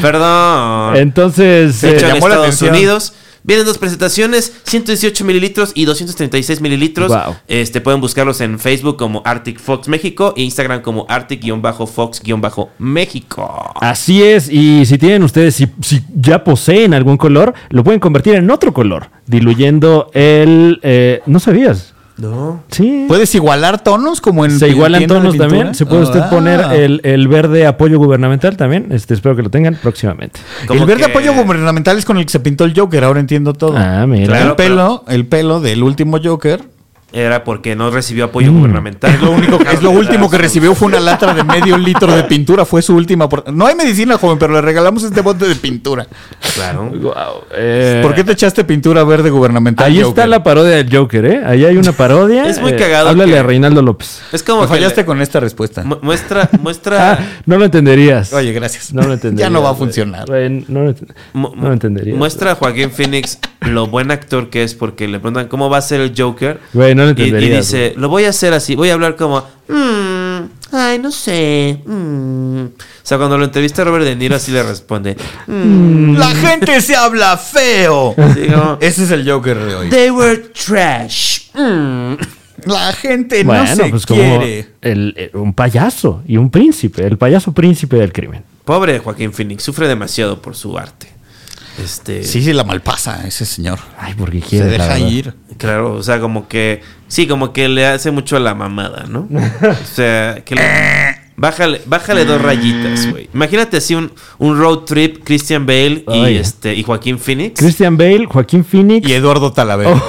perdón. Entonces, De eh, hecho, en llamó la Estados atención. Unidos vienen dos presentaciones, 118 mililitros y 236 mililitros. Wow. Este, pueden buscarlos en Facebook como Arctic Fox México e Instagram como Arctic-Fox-México. Así es, y si tienen ustedes, si, si ya poseen algún color, lo pueden convertir en otro color, diluyendo el... eh, ¿No sabías? No. Sí. ¿Puedes igualar tonos como en se pi- igualan tienda de tonos pintura? también. Se puede usted Ah. poner el, el verde apoyo gubernamental también. Este, espero que lo tengan próximamente. Como El verde que- apoyo gubernamental es con el que se pintó el Joker, ahora entiendo todo. Ah, mira. Claro, el pelo, el pelo del último Joker. Era porque no recibió apoyo gubernamental. Mm. Es lo único, es lo último que recibió fue una lata de medio litro de pintura, fue su última. por- No hay medicina, joven, pero le regalamos este bote de pintura. Claro. Guau, eh, ¿Por qué te echaste pintura verde gubernamental? Ahí Joker? está la parodia del Joker, ¿eh? Ahí hay una parodia. Es muy Eh, cagado háblale que- a Reinaldo López. Es como Me que fallaste le- con esta respuesta. mu- muestra muestra Ah, no lo entenderías. Oye, gracias. no lo entenderías. ya no va a güey. funcionar. Güey, no lo, ent- mu- no lo entenderías. Muestra a Joaquín Phoenix lo buen actor que es porque le preguntan cómo va a ser el Joker. Güey, no lo Y, y entenderías. dice, lo voy a hacer así, voy a hablar como, "Mm, ay, no sé. mm". O sea, cuando lo entrevista Robert De Niro así le responde, "Mm". La gente se habla feo. Sí, como, Ese es el Joker de hoy. they were trash. mm". La gente Bueno, no se pues como quiere. el- el- un payaso y un príncipe, el payaso príncipe del crimen. Pobre Joaquín Phoenix, sufre demasiado por su arte. Este, Sí, sí, la malpasa ese señor. Ay, porque Se quiere. la deja verdad. ir. Claro, o sea, como que, sí, como que le hace mucho a la mamada, ¿no? O sea, que le- Bájale, bájale dos rayitas, güey. Imagínate así un, un road trip, Christian Bale y, Ay. este, y Joaquín Phoenix. Christian Bale, Joaquín Phoenix. Y Eduardo Talavera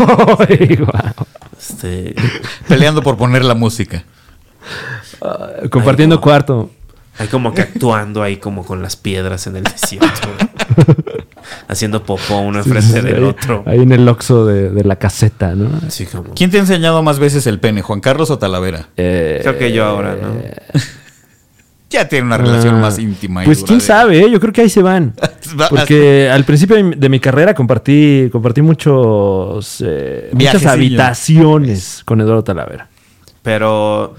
Ay, guau. Este, Oh. peleando por poner la música. Ah, Compartiendo cuarto. ahí como que actuando ahí como con las piedras en el desierto. güey. Haciendo popó uno enfrente del ahí, otro. ahí en el oxo de, de la caseta, ¿no? Así como... ¿Quién te ha enseñado más veces el pene, Juan Carlos o Talavera? Eh, Creo que yo ahora, ¿no? Ya tiene una relación ah, más íntima. y Pues quién duradera. sabe, ¿eh? yo creo que ahí se van. Va- Porque al principio de mi- de mi carrera compartí, compartí muchos, eh, muchas Viajecillo. habitaciones con Eduardo Talavera. Pero,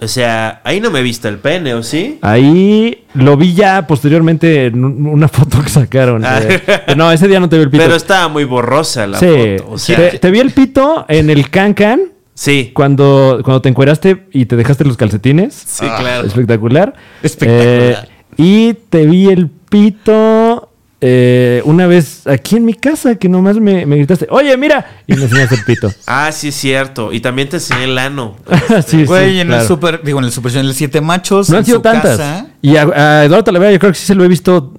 o sea, ahí no me he visto el pene, ¿o sí? Ahí lo vi ya posteriormente en un- una foto que sacaron. Ah. de- no, ese día no te vi el pito. Pero estaba muy borrosa la sí, foto. O sea, te, te vi el pito en el Cancan sí. cuando, cuando te encueraste y te dejaste los calcetines. Ah. Sí, claro. Espectacular. Espectacular. Eh, Y te vi el pito eh, una vez aquí en mi casa que nomás me, me gritaste, oye, mira, y me enseñaste el pito. Ah, sí, es cierto. Y también te enseñé el ano. sí, Güey, sí, en el claro. super, digo, en el super, en el Siete Machos, No han en sido su tantas. casa. Y a, a Eduardo Talavera yo creo que sí se lo he visto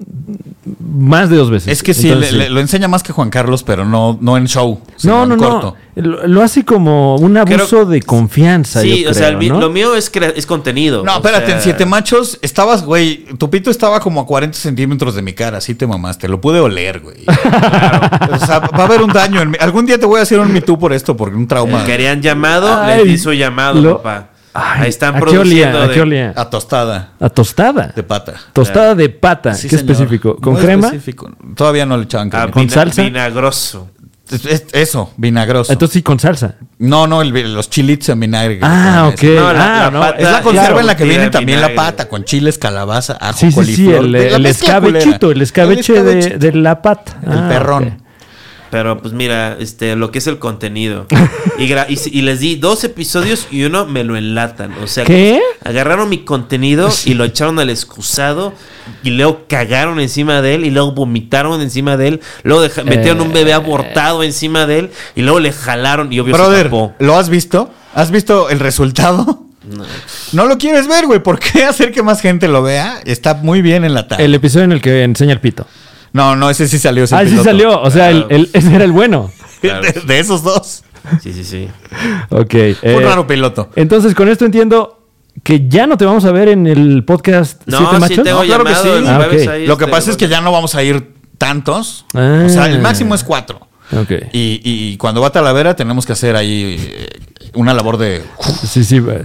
más de dos veces. Es que sí, Entonces, le- le- lo enseña más que Juan Carlos, pero no, no en show. No, sino no, en no. corto. Lo, lo hace como un abuso de confianza. Sí, yo o sea, el creo, mi- ¿no? lo mío es, crea- es contenido. No, o espérate, sea, en Siete Machos estabas, güey, tu pito estaba como a 40 centímetros de mi cara, así te mamaste, lo pude oler, güey. O sea, va a haber un daño en mi- Algún día te voy a hacer un Me Too por esto, porque un trauma eh, Querían llamado, Ay, les hizo llamado, lo- papá. Ay, Ahí están ¿a qué produciendo. olía? ¿A de- qué olía? a tostada A tostada. de pata. tostada de pata. Sí, Ah, ¿Qué señor. específico? ¿Con Muy crema? específico. Todavía no le echaban a crema. ¿Con vina- salsa? Vinagroso. Es- es- eso, vinagroso. Entonces sí, con salsa. no, no, el vi- los chilitos en vinagre. Ah, Esa. ok. No, la- ah, la no, pata- Es la Ah, conserva claro. en la que Tira viene de también vinagre. la pata, con chiles, calabaza, ajo, Sí, sí, sí, coliflor. el, La el mezcla escabechito, culera. el escabeche de, escabechito, de la pata. El Ah, perrón. ok. Pero pues mira, este, lo que es el contenido. Y, gra- y, si- y les di dos episodios y uno me lo enlatan. O sea, ¿Qué? agarraron mi contenido y lo echaron al excusado y luego cagaron encima de él y luego vomitaron encima de él. Luego Eh. deja- metieron un bebé abortado encima de él y luego le jalaron y obvio se Brother, tapó. ¿lo has visto? ¿Has visto el resultado? No. lo quieres ver, güey. ¿Por qué hacer que más gente lo vea? Está muy bien en la tabla. El episodio en el que enseña el pito. No, no, ese sí salió. ese ah, sí piloto. salió. O sea, el- el- ese era el bueno. De, de esos dos. Sí, sí, sí. Ok. Fue eh, Un raro piloto. Entonces, con esto entiendo que ya no te vamos a ver en el podcast No, Siete sí Machos. tengo No, claro que llamado. sí. el Ah, jueves ok. ahí, Lo que este, pasa es que ya no vamos a ir tantos. Ah. O sea, el máximo es cuatro. Ok. Y, y cuando va a Talavera tenemos que hacer ahí eh, una labor de... Sí, sí. va.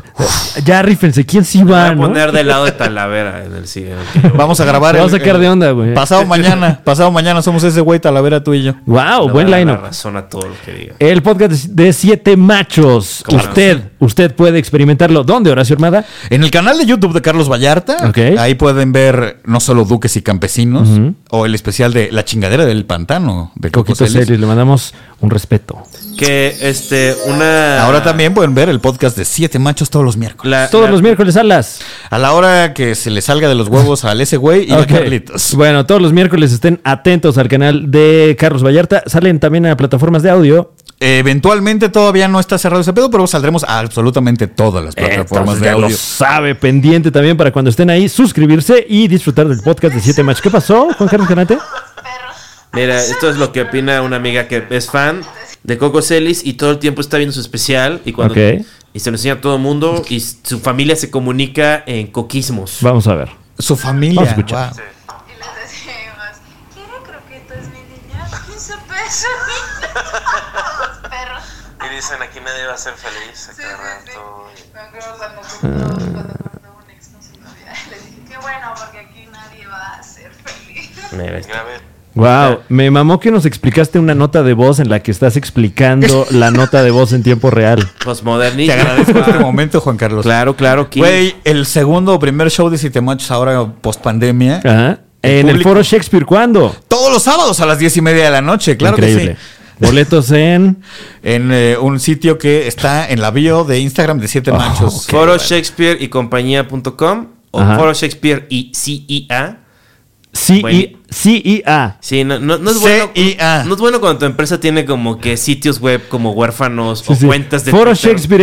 Ya rífense. ¿Quién sí Voy va, a no? poner de lado de Talavera en el siguiente. Vamos a grabar... Te vas a el- sacar de onda, güey. Pasado mañana. Pasado mañana somos ese güey Talavera, tú y yo. Wow, No Oh, buen voy a dar lineup. la razón a todo lo que diga. El podcast de Siete Machos. Claro. Usted, usted puede experimentarlo. ¿Dónde, Horacio Armada? En el canal de YouTube de Carlos Vallarta, Ok. ahí pueden ver no solo Duques y Campesinos, o el especial de La chingadera del pantano de Coco Coquito Celis. Celis, le mandamos un respeto. Que este, una. Ah, Ahora también pueden ver el podcast de Siete Machos todos los miércoles. La- Ah, Todos la- los miércoles a las. A la hora que se le salga de los huevos al ese güey y Ok. a Carlitos. Bueno, todos los miércoles estén atentos al canal de Carlos Vallarta. Salen también a plataformas de audio. Eventualmente todavía no está cerrado ese pedo, pero saldremos a absolutamente todas Eh, las plataformas Entonces, de ya audio. lo sabe, pendiente también para cuando estén ahí, suscribirse y disfrutar del podcast de Siete Machos. ¿Qué pasó, Juan Carlos Canate? Mira, esto es lo que opina una amiga que es fan de Coco Celis y todo el tiempo está viendo su especial y cuando Ok. y se lo enseña a todo el mundo y su familia se comunica en coquismos. Vamos a ver. Su Vamos a familia. escuchar. guau. Y les decimos, ¿quiere croquetas, mi niña? 15 pesos. Los perros. Y dicen aquí nadie va a ser feliz a Sí, cada sí, rato. sí. Me acuerdo cuando compró, cuando compró un ex con su novia. Les dije, qué bueno, porque aquí nadie va a ser feliz. Mira, ahí Y está. Grave. Wow, me mamó que nos explicaste una nota de voz en la que estás explicando la nota de voz en tiempo real. Te Postmodernismo. agradezco este Ah, momento, Juan Carlos. Claro, claro, Kim. Güey, el segundo o primer show de Siete Machos ahora post pandemia. Ajá. En el público. foro Shakespeare, ¿cuándo? Todos los sábados a las diez y media de la noche, claro Increíble. que sí. Boletos en. En eh, un sitio que está en la bio de Instagram de Oh, Siete Machos. Foro Shakespeare y compañía.com o Ajá. Foro Shakespeare y CIA. CI E Bueno. CIA. Sí, no, no- no es bueno. E CIA. No es bueno cuando tu empresa tiene como que sitios web como huérfanos Sí, o sí. cuentas de Foro Twitter. Shakespeare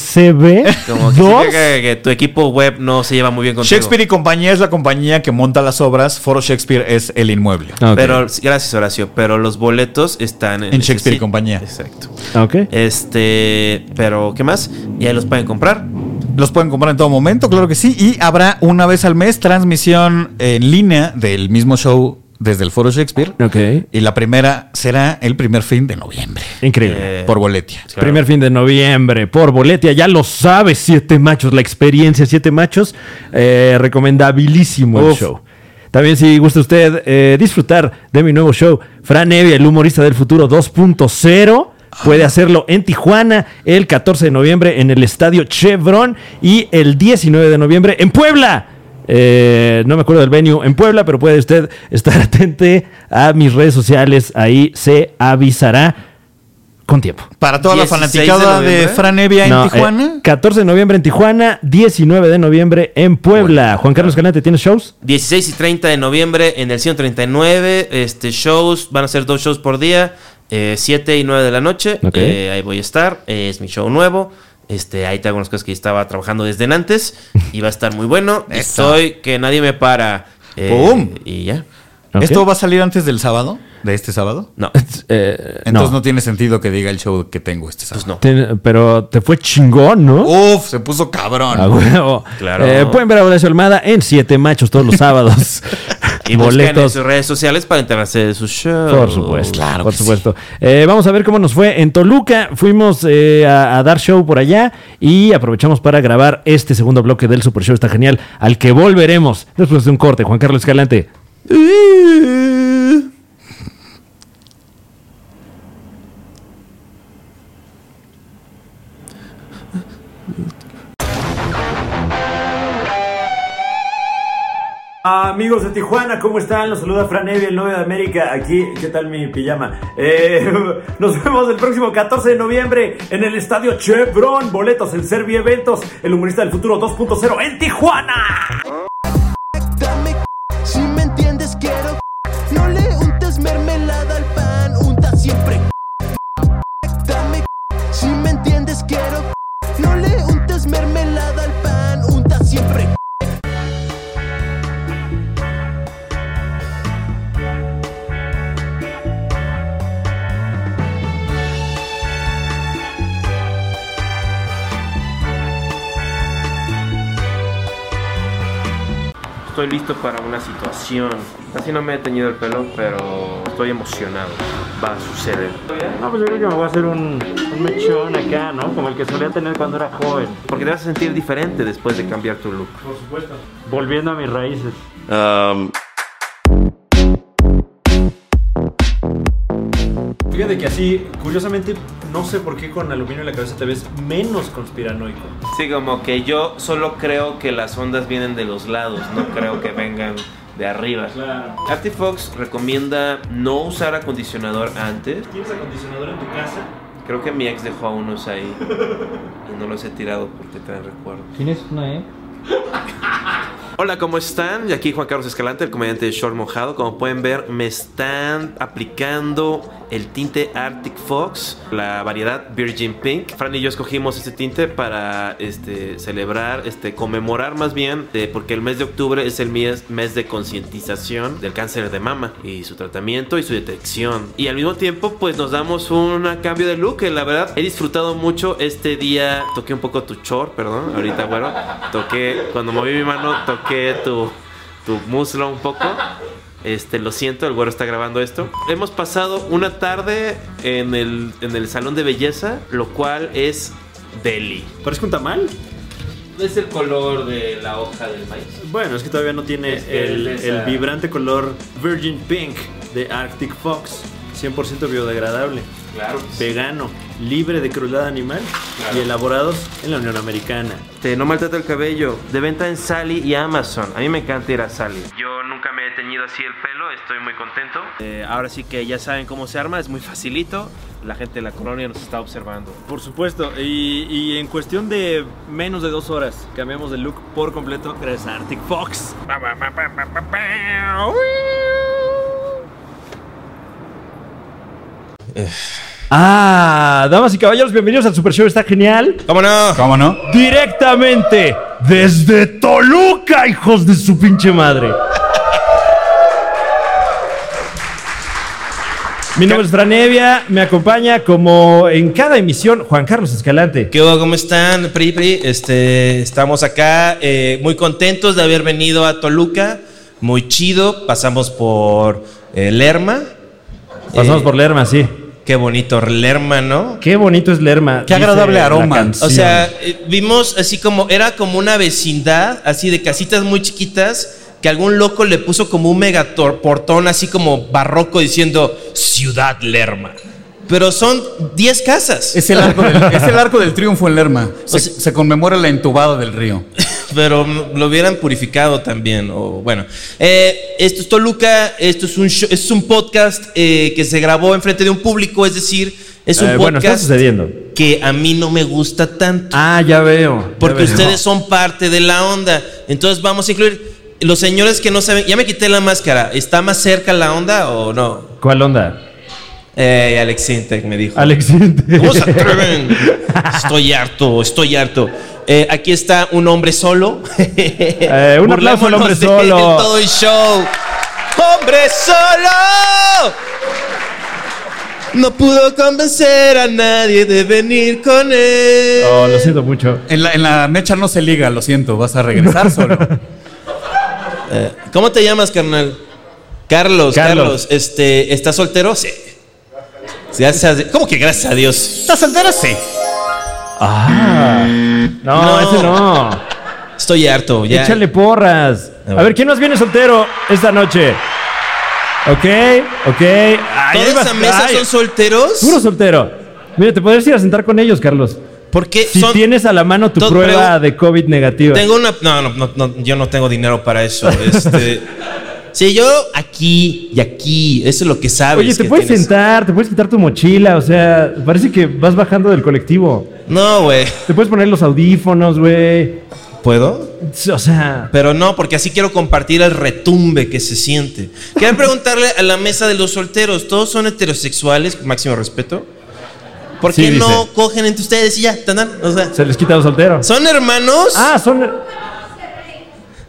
SADCB. Como que Dos. significa que, que tu equipo web no se lleva muy bien contigo. Shakespeare y compañía es la compañía que monta las obras. Foro Shakespeare es el inmueble. Ah, ok. Pero, gracias Horacio, pero los boletos están En Shakespeare y sí, compañía. Exacto. Ok. Este, pero ¿qué más? Y ahí los pueden comprar. Los pueden comprar en todo momento, claro que sí. Y habrá una vez al mes transmisión en línea del mismo show desde el Foro Shakespeare. Ok. Y la primera será el primer fin de noviembre. Increíble. Eh, Por boletia. claro. Primer fin de noviembre, por boletia, ya lo sabes, Siete Machos, la experiencia Siete Machos, eh, recomendabilísimo el Uf. show. También si gusta usted eh, disfrutar de mi nuevo show, Fran Evia, el humorista del futuro 2.0, puede hacerlo en Tijuana el 14 de noviembre en el Estadio Chevron y el 19 de noviembre en Puebla. Eh, no me acuerdo del venue en Puebla, pero puede usted estar atente a mis redes sociales, ahí se avisará. con tiempo. Para toda la 16 de fanaticada de, noviembre. Franevia en No, eh, Tijuana. 14 de noviembre en Tijuana, 19 de noviembre en Puebla. Juan Carlos Calante, ¿tienes shows? 16 y 30 de noviembre en el 139. Este, shows, van a ser dos shows por día, eh, 7 y 9 de la noche. Ok. Eh, ahí voy a estar. eh, es mi show nuevo. Este, ahí tengo unas cosas que estaba trabajando desde antes. Y va a estar muy bueno. Y Eso. Soy que nadie me para. eh, ¡Pum! Y ya. Ok. ¿Esto va a salir antes del sábado? ¿De este sábado? No. Eh, Entonces no. no. tiene sentido que diga el show que tengo este sábado. pues no. Te- pero te fue chingón, ¿no? Ah, Uf, se puso cabrón. A huevo. Claro. Eh, pueden ver a Horacio Almada en Siete Machos todos los sábados. Y busquen en sus redes sociales para enterarse de sus shows. Por supuesto, Claro por que supuesto. Eh, vamos a ver cómo nos fue en Toluca. Fuimos eh, a, a dar show por allá y aprovechamos para grabar este segundo bloque del Super Show. Está genial, al que volveremos después de un corte. Juan Carlos Escalante. Amigos de Tijuana, ¿cómo están? Los saluda Fran Evia, el novio de América. Aquí, ¿qué tal mi pijama? Eh, nos vemos el próximo 14 de noviembre en el Estadio Chevron. Boletos en Servi Eventos, el humorista del futuro 2.0 en Tijuana. Dame c- si me entiendes quiero c- No le untes mermelada al pan, unta siempre c- Dame c- si me entiendes quiero c- No le untes mermelada al pan, unta siempre c- Estoy listo para una situación. Así no me he teñido el pelo, pero estoy emocionado. Va a suceder. No, pues yo creo que me voy a hacer un, un mechón acá, ¿no? Como el que solía tener cuando era joven, Porque te vas a sentir diferente después de cambiar tu look. volviendo a mis raíces. Fíjate que así, curiosamente, no sé por qué con aluminio en la cabeza te ves menos conspiranoico. Sí, como que yo solo creo que las ondas vienen de los lados, no creo que vengan de arriba. Claro. Artifox recomienda no usar acondicionador antes. ¿Tienes acondicionador en tu casa? Creo que mi ex dejó a unos ahí y no los he tirado porque traen recuerdos. ¿Tienes una E? Hola, ¿cómo están? Y aquí Juan Carlos Escalante, el comediante de Short Mojado. Como pueden ver, me están aplicando el tinte Arctic Fox, la variedad Virgin Pink. Fran y yo escogimos este tinte para este, celebrar, este, conmemorar más bien, eh, porque el mes de octubre es el mes, mes de concientización del cáncer de mama y su tratamiento y su detección. Y al mismo tiempo, pues nos damos un cambio de look. que La verdad, he disfrutado mucho este día. Toqué un poco tu short, perdón, ahorita, bueno. Toqué, cuando moví mi mano, toqué tu, tu muslo un poco. Este, lo siento, el güero está grabando esto. Hemos pasado una tarde en el, en el salón de belleza, lo cual es deli. ¿Parece un tamal? Es el color de la hoja del maíz. Bueno, es que todavía no tiene Es que el, es el esa- vibrante color Virgin Pink de Arctic Fox. 100% biodegradable, Claro. vegano, libre de crueldad animal Claro. y elaborados en la Unión Americana. Este, no maltrata el cabello. De venta en Sally y Amazon. A mí me encanta ir a Sally. Yo nunca me he teñido así el pelo. Estoy muy contento. Eh, ahora sí que ya saben cómo se arma. Es muy facilito. La gente de la colonia nos está observando. Por supuesto, y, y en cuestión de menos de dos horas cambiamos de look por completo gracias a Arctic Fox. Ah, damas y caballeros, bienvenidos al Super Show. Está genial. ¿Cómo no? ¿Cómo no? Directamente desde Toluca, hijos de su pinche madre. Mi nombre es Franevia, me acompaña como en cada emisión Juan Carlos Escalante. ¿Qué hubo? ¿Cómo están? Pri, Pri, este, estamos acá eh, muy contentos de haber venido a Toluca. Muy chido. Pasamos por eh, Lerma. Pasamos Eh, por Lerma, sí. Qué bonito Lerma, ¿no? Qué bonito es Lerma. Qué dice agradable la aroma. canción. O sea, eh, vimos así como, era como una vecindad, así de casitas muy chiquitas, que algún loco le puso como un megaportón, así como barroco, diciendo Ciudad Lerma. Pero son 10 casas. Es el arco del, es el arco del triunfo en Lerma. Se, O sea- se conmemora la entubada del río. pero lo hubieran purificado también. O bueno, Eh, esto es Toluca, esto es un, show- es un podcast eh, que se grabó enfrente de un público, es decir, Es un Eh, podcast bueno, eh, está sucediendo. que a mí no me gusta tanto. Ah, ya veo. ya Porque veo. ustedes son parte de la onda. Entonces vamos a incluir los señores que no saben. Ya me quité la máscara. ¿Está más cerca la onda o no? ¿Cuál onda? Ey, Alex Sintek me dijo. Alex. ¿Cómo se atreven? Estoy harto, estoy harto. Eh, aquí está un hombre solo. Eh, un aplauso al hombre Burlémonos de solo. él Todo el show. ¡Hombre solo! No pudo convencer a nadie de venir con él. Oh, lo siento mucho. En la, en la mecha no se liga, lo siento, vas a regresar solo. ¿Cómo te llamas, carnal? Carlos, Carlos, Carlos. este, ¿estás soltero? Sí. Gracias a Dios. ¿Cómo que gracias a Dios? ¿Estás soltero? Sí. Ah. No, No. ese no. Estoy harto, ya. Échale porras. A A ver, ¿quién nos viene soltero esta noche? Ok, ok. Ay, ¿Toda ahí va- esa mesa ay, son solteros? Puro soltero. Mira, te podrías ir a sentar con ellos, Carlos. Porque Si son, tienes a la mano tu Son prueba pregu- de COVID negativa. Tengo una. No, no, no, no, yo no tengo dinero para eso. Este, sí, yo aquí y aquí. Eso es lo que sabes. Oye, te que puedes tienes. sentar, te puedes quitar tu mochila, o sea, parece que vas bajando del colectivo. No, güey. Te puedes poner los audífonos, güey. ¿Puedo? O sea, Pero no, porque así quiero compartir el retumbe que se siente. Quiero preguntarle a la mesa de los solteros. ¿Todos son heterosexuales? Máximo respeto. ¿Por Sí, qué dice. no cogen entre ustedes y ya? tan, tan? O sea, se les quita los solteros. ¿Son hermanos? Ah, son.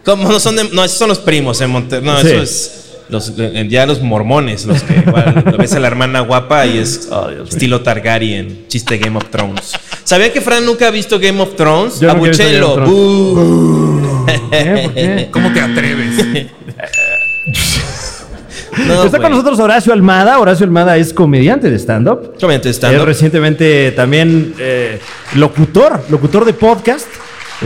Como no son de- no, esos son los primos en Monterrey. No, Sí. eso es. Los, eh, ya los mormones, los que igual ves a la hermana guapa y es Oh, estilo Targaryen, chiste Game of Thrones. ¿Sabía que Fran nunca ha visto Game of Thrones? Yo nunca he visto Abuchelo. Uh. Game of Thrones. buh. ¿eh? ¿Por qué? ¿Cómo te atreves? No, pues. Está con güey. nosotros Horacio Almada. Horacio Almada es comediante de stand-up. Comediante de Es stand-up. recientemente también eh, locutor, locutor de podcast.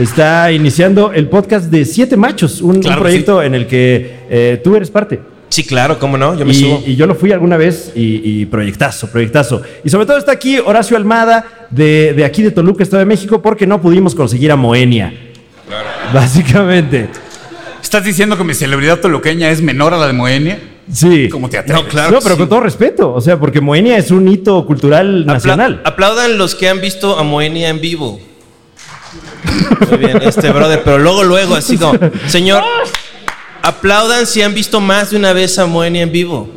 Está iniciando el podcast de Siete Machos, un, un Claro que proyecto en el que eh, tú eres parte. Sí, claro, cómo no, yo me y, subo. y yo lo fui alguna vez y, y proyectazo, proyectazo. Y sobre todo está aquí Horacio Almada de, de aquí de Toluca, Estado de México, porque no pudimos conseguir a Moenia. Básicamente. ¿Estás diciendo que mi celebridad toluqueña es menor a la de Moenia? Sí. ¿Cómo te atreves? No, claro. no, pero que con sí. todo respeto, o sea, porque Moenia es un hito cultural Apla- nacional. aplaudan los que han visto a Moenia en vivo. Muy bien, este brother, pero luego, luego, así como, señor, aplaudan si han visto más de una vez a Moenia en vivo.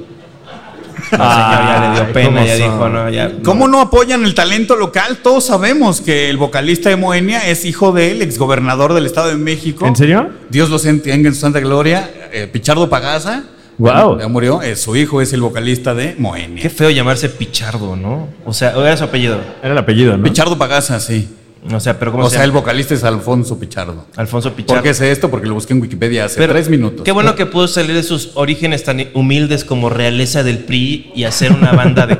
No, señor, ya le dio pena, ya dijo, no, ya. no. ¿Cómo no apoyan el talento local? Todos sabemos que el vocalista de Moenia es hijo del exgobernador del Estado de México. ¿En serio? Dios los tenga en su santa gloria. eh, Pichardo Pagaza. Guau. Ya murió. eh, su hijo es el vocalista de Moenia. Qué feo llamarse Pichardo, ¿no? O sea, o era su apellido. Era el apellido, ¿no? Pichardo Pagaza, sí. O sea, pero ¿cómo O se sea, el llama? vocalista es Alfonso Pichardo. Alfonso Pichardo. ¿Por qué sé esto? Porque lo busqué en Wikipedia hace Pero, tres minutos. Qué bueno que pudo salir de sus orígenes tan humildes como realeza del PRI y hacer una banda de,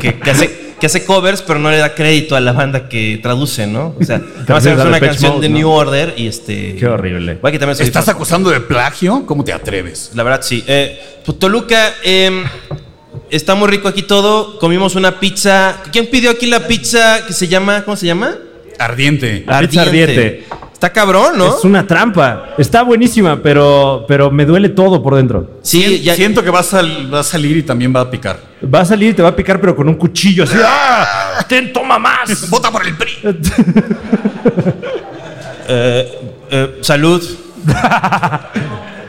que, que hace, que hace covers, pero no le da crédito a la banda que traduce, ¿no? O sea, va a hacer a una Depeche canción Mode, de ¿no? New Order y este. Qué horrible. Voy a quitarme eso. ¿Estás acusando de plagio? ¿Cómo te atreves? La verdad, sí. Eh, pues, Toluca, eh, está muy rico aquí todo. Comimos una pizza. ¿Quién pidió aquí la pizza que se llama? ¿Cómo se llama? Ardiente. La pizza ardiente. Está cabrón, ¿no? Es una trampa. Está buenísima, pero, pero me duele todo por dentro. Sí, ya- Siento que va a, sal- va a salir y también va a picar. Va a salir y te va a picar, pero con un cuchillo así. ¡Ah! ¡Ten, toma más! ¡Vota por el PRI! eh, salud.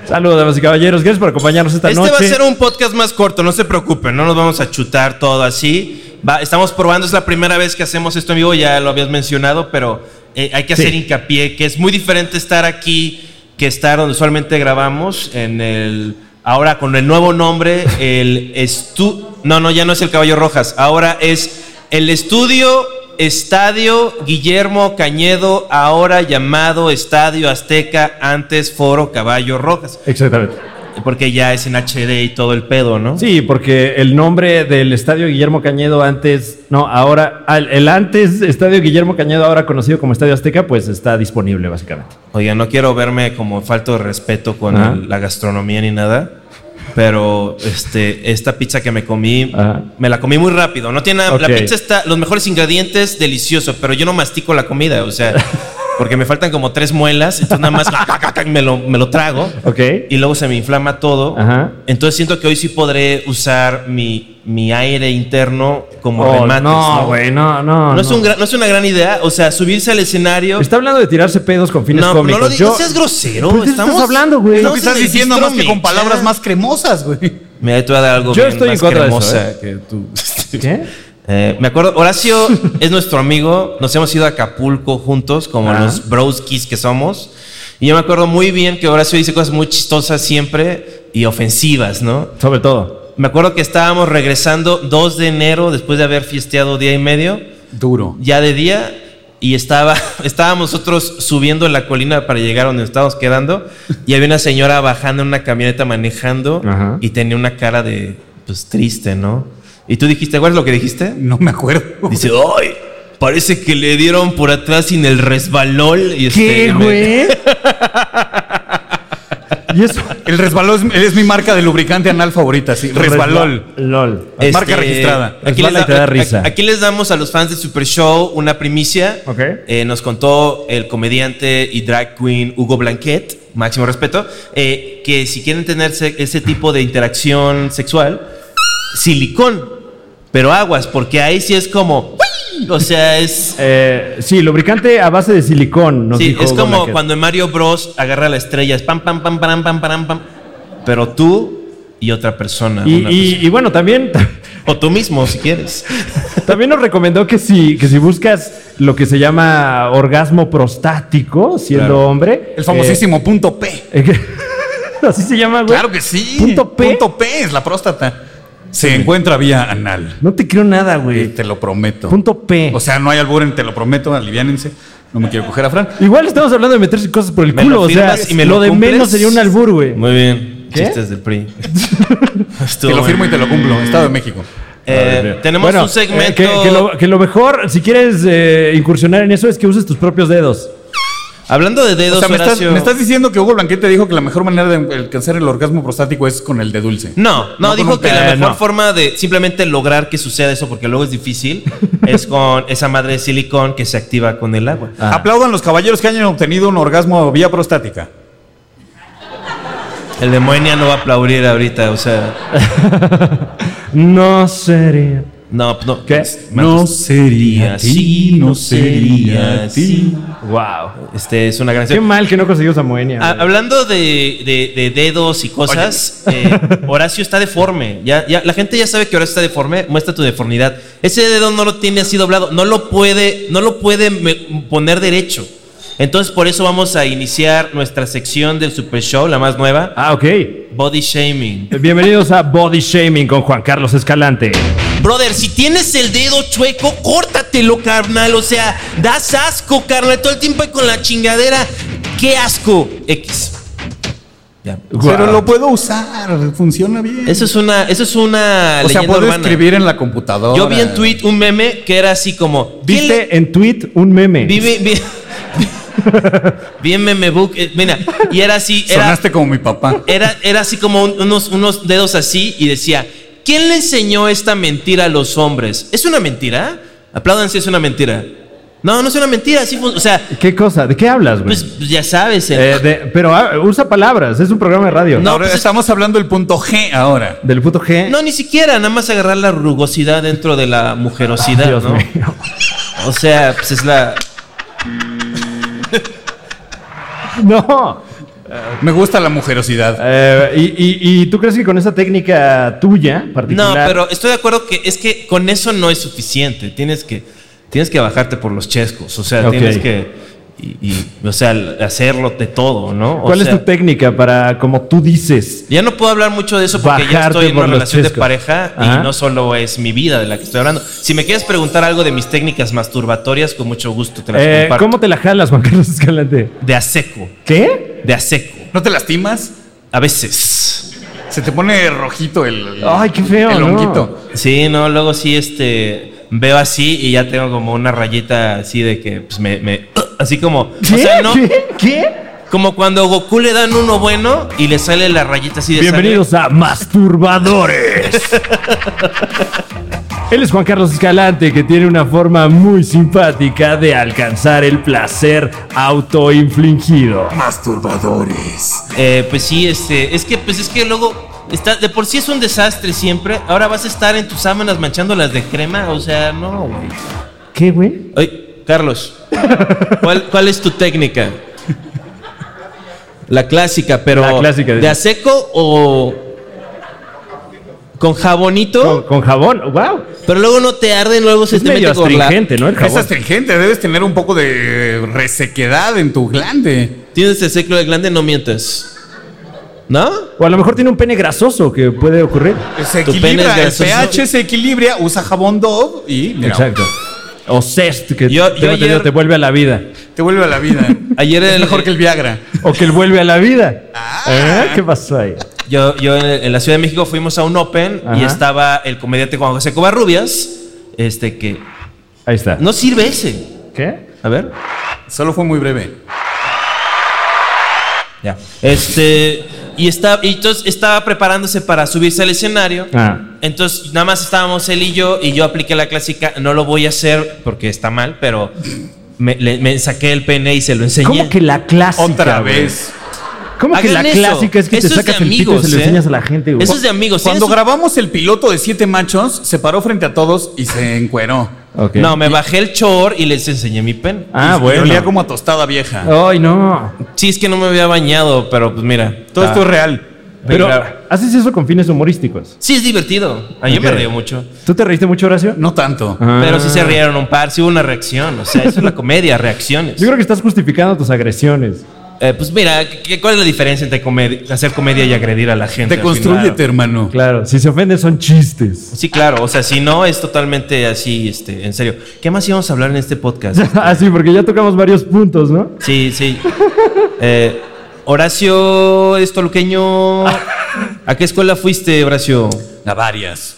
Saludos, damas y caballeros. Gracias por acompañarnos esta Este noche. va a ser un podcast más corto, no se preocupen, no nos vamos a chutar todo así. Va, estamos probando, es la primera vez que hacemos esto en vivo, ya lo habías mencionado, pero eh, hay que Sí. hacer hincapié que es muy diferente estar aquí que estar donde usualmente grabamos, en el ahora con el nuevo nombre, el estu no, no, ya no es el Caballo Rojas, ahora es el estudio Estadio Guillermo Cañedo, ahora llamado Estadio Azteca, antes Foro Caballo Rojas. Exactamente. Porque ya es en HD y todo el pedo, ¿no? Sí, porque el nombre del Estadio Guillermo Cañedo antes, no, ahora, al- el antes Estadio Guillermo Cañedo, ahora conocido como Estadio Azteca, pues está disponible básicamente. Oiga, no quiero verme como falto de respeto con Ajá. el- la gastronomía ni nada. Pero este, esta pizza que me comí, Ajá. me la comí muy rápido. No tiene nada. Ok. La pizza está, los mejores ingredientes, delicioso, pero yo no mastico la comida. O sea, porque me faltan como tres muelas, entonces nada más me lo, me lo trago. Ok. Y luego se me inflama todo. Ajá. Entonces siento que hoy sí podré usar mi, mi aire interno como Oh, remates. no, güey, no, no. No, es un gran- no es una gran idea. O sea, subirse al escenario. Está hablando de tirarse pedos con fines no, cómicos. no lo digas, Yo- no seas grosero. ¿Pero de qué estamos estás hablando, güey? Lo estamos que en estás el diciendo distro más que mix. con palabras Ah. más cremosas, güey. Mira, ahí te voy a dar algo Yo bien estoy en más contra de eso, cremosa ¿eh? que tú. ¿Qué? Eh, me acuerdo, Horacio es nuestro amigo, nos hemos ido a Acapulco juntos, como Ajá. los broskis que somos. Y yo me acuerdo muy bien que Horacio dice cosas muy chistosas siempre y ofensivas, ¿no? Sobre todo. Me acuerdo que estábamos regresando 2 de enero después de haber fiesteado día y medio, Duro. ya de día, y estaba, estábamos nosotros subiendo la colina para llegar a donde estábamos quedando, y había una señora bajando en una camioneta manejando Ajá. y tenía una cara de, pues, triste, ¿no? Y tú dijiste, ¿cuál es lo que dijiste? No me acuerdo. Dice, ¡ay! Parece que le dieron por atrás sin el resbalol. Y este, me- y eso. El resbalón es, es mi marca de lubricante anal favorita, sí. Resbalol. LOL. Este, Marca registrada. Aquí Resbala les, y te da da- risa. aquí les damos a los fans de Super Show una primicia. Ok. Eh, nos contó el comediante y drag queen Hugo Blanquet, máximo respeto, eh, que si quieren tener se- ese tipo de interacción sexual, silicón, pero aguas, porque ahí sí es como... ¡uy! O sea, es... Eh, sí, lubricante a base de silicón. nos sí, dijo es como Blanquet. cuando en Mario Bros agarra la estrella, es pam, pam, pam, pam, pam, pam, pam, pero tú y otra persona. Y, una y- y bueno, también, persona. O tú mismo, si quieres. también nos recomendó que si, que si buscas lo que se llama orgasmo prostático, siendo Claro. hombre. El famosísimo punto P. eh, eh, así se llama, güey. Claro que sí. Punto P. Punto P es la próstata. Se encuentra vía anal. No te creo nada, Y güey. Te lo prometo. Punto P. O sea, no hay albur en te lo prometo, aliviánense. No me quiero coger a Fran. Igual estamos hablando de meterse cosas por el ¿Me culo. lo o sea, firmas y me lo, lo de cumples? menos sería un albur, güey. Muy bien. ¿Qué? Chistes del PRI. Te lo firmo y te lo cumplo. Estado de México. Eh, tenemos Bueno, un segmento. eh, que, que lo, que lo mejor, si quieres eh, incursionar en eso, es que uses tus propios dedos. Hablando de O dedos, sea, me estás, Horacio- me estás diciendo que Hugo Blanquete dijo que la mejor manera de alcanzar el orgasmo prostático es con el de dulce. No, no, con dijo un que pe- la eh, mejor no. forma de simplemente lograr que suceda eso, porque luego es difícil, es con esa madre de silicón que se activa con el agua. Ah. Aplaudan los caballeros que hayan obtenido un orgasmo vía prostática. El demonio no va a aplaudir ahorita, o sea. No sería. No, no. ¿Qué? No sería así, no sería así. Wow. Este es una gran Qué mal que no conseguimos a Moenia. Ha- güey. Hablando de, de- de dedos y cosas, eh, Horacio está deforme. Ya, ya, la gente ya sabe que Horacio está deforme. Muestra tu deformidad. Ese dedo no lo tiene así doblado. No lo puede, no lo puede me- poner derecho. Entonces, por eso vamos a iniciar nuestra sección del Super Show, la más nueva: Ah, ok. Body Shaming. Bienvenidos a Body Shaming con Juan Carlos Escalante. Brother, si tienes el dedo chueco, córtatelo, carnal. O sea, das asco, carnal. Todo el tiempo con la chingadera. ¡Qué asco! X. Ya. Pero lo puedo usar, funciona bien. Eso es una, eso es una o sea, leyenda puedo urbana. escribir en la computadora. Yo vi en tweet un meme que era así como. ¿qué le- Viste en tweet un meme. Vi, vi, vi- vi en memebook, eh, mira, y era así, era, Eh, Sonaste como mi papá. era, era así como un- unos, unos dedos así y decía, ¿quién le enseñó esta mentira a los hombres? ¿Es una mentira? Aplaudan si es una mentira. No, no es una mentira, así fun- O sea, ¿Qué cosa? ¿De qué hablas, güey? pues pues, ya sabes. el- Eh, de- pero ah, usa palabras, es un programa de radio. No, ahora pues es- estamos hablando del punto G ahora. Del puto G. no, ni siquiera, nada más agarrar la rugosidad dentro de la mujerosidad, Dios ¿no? mío. O sea, pues es la. No. Me gusta la mujerosidad. Eh, y, y- y tú crees que con esa técnica tuya No, particular. pero estoy de acuerdo que es que con eso no es suficiente. Tienes que, tienes que bajarte por los chescos. O sea, Ok. tienes que. Y, y, o sea, al- hacerlo de todo, ¿no? O ¿Cuál es sea, tu técnica para, como tú dices? Ya no puedo hablar mucho de eso porque ya Bajarte estoy en por una los relación chescos. de pareja Ajá. y no solo es mi vida de la que estoy hablando. Si me quieres preguntar algo de mis técnicas masturbatorias, con mucho gusto te las Eh, comparto. ¿Cómo te la jalas, Juan Carlos Escalante? De a seco, ¿Qué? de a seco. ¿No te lastimas? A veces. Se te pone rojito el. el- Ay, qué feo, El no. honguito. Sí, no, luego sí, este, veo así y ya tengo como una rayita así de que, pues, me, me- así como, ¿Qué? o sea, no, ¿Qué? ¿Qué? como cuando a Goku le dan uno bueno y le sale la rayita así de sangre. Bienvenidos a Masturbadores. Él es Juan Carlos Escalante, que tiene una forma muy simpática de alcanzar el placer autoinfligido. Eh, pues sí, este, es que, pues es que luego. Está, de por sí es un desastre siempre. Ahora vas a estar en tus sábanas manchándolas de crema. O sea, no, güey. ¿Qué, güey? Oye, Carlos, ¿cuál, cuál es tu técnica? La clásica, pero. La clásica, ¿De dice. a seco o.? Con jabonito, Con, con jabón, wow. pero luego no te arden, luego se Es te medio mete con la. astringente, ¿no? El Es jabón. astringente, debes tener un poco de resequedad en tu glande. Tienes el ciclo de glande, no mientas. ¿No? O a lo mejor tiene un pene grasoso que puede ocurrir. Se Tu pene es equilibra, el grasoso. pH se equilibra, usa jabón Dove y mira, Exacto. O cest, que Yo- tengo yo entendido, ayer- te vuelve a la vida. te vuelve a la vida. Ayer es el- mejor que el Viagra. O que él vuelve a la vida. Ah. ¿Eh? ¿Qué pasó ahí? Yo, yo en, en la Ciudad de México fuimos a un Open y Ajá. estaba el comediante Juan José Covarrubias. Este que. Ahí está. No sirve ese. ¿Qué? A ver. Solo fue muy breve. Ya. Este. Y, está, y entonces estaba preparándose para subirse al escenario. Ah. Entonces, nada más estábamos él y yo, y yo apliqué la clásica, no lo voy a hacer porque está mal, pero me, le- me saqué el pene y se lo enseñé. ¿Cómo que la clásica? Otra güey? vez. ¿Cómo que Hagan la eso. clásica es que Eso te es sacas de el pito y se amigos, lo ¿eh? enseñas a la gente, güey? Eso es de amigos. Cuando ¿tienes un- grabamos el piloto de Siete Machos, se paró frente a todos y se encueró. Ok. No, me bajé el chor y les enseñé mi pene. Ah, Y bueno. olía como a tostada vieja. Ah, Ay, no. Sí, es que no me había bañado, pero pues mira. Todo esto es real. Pero Venga. haces eso con fines humorísticos. Sí, es divertido. A yo me Ok. río mucho. ¿Tú te reíste mucho, Horacio? Ah. No tanto. Pero sí se rieron un par, sí hubo una reacción. O sea, eso es la comedia, reacciones. Yo creo que estás justificando tus agresiones. Eh, pues mira, ¿qué- qué- ¿cuál es la diferencia entre comedi- hacer comedia y agredir a la gente? Te al final? construyete, hermano. Claro, si se ofenden son chistes. Sí, claro. O sea, si no, es totalmente así, este, en serio. ¿Qué más íbamos a hablar en este podcast? ah, sí, porque ya tocamos varios puntos, ¿no? Sí, sí. Eh, Horacio es toluqueño. ¿A qué escuela fuiste, Horacio? A varias.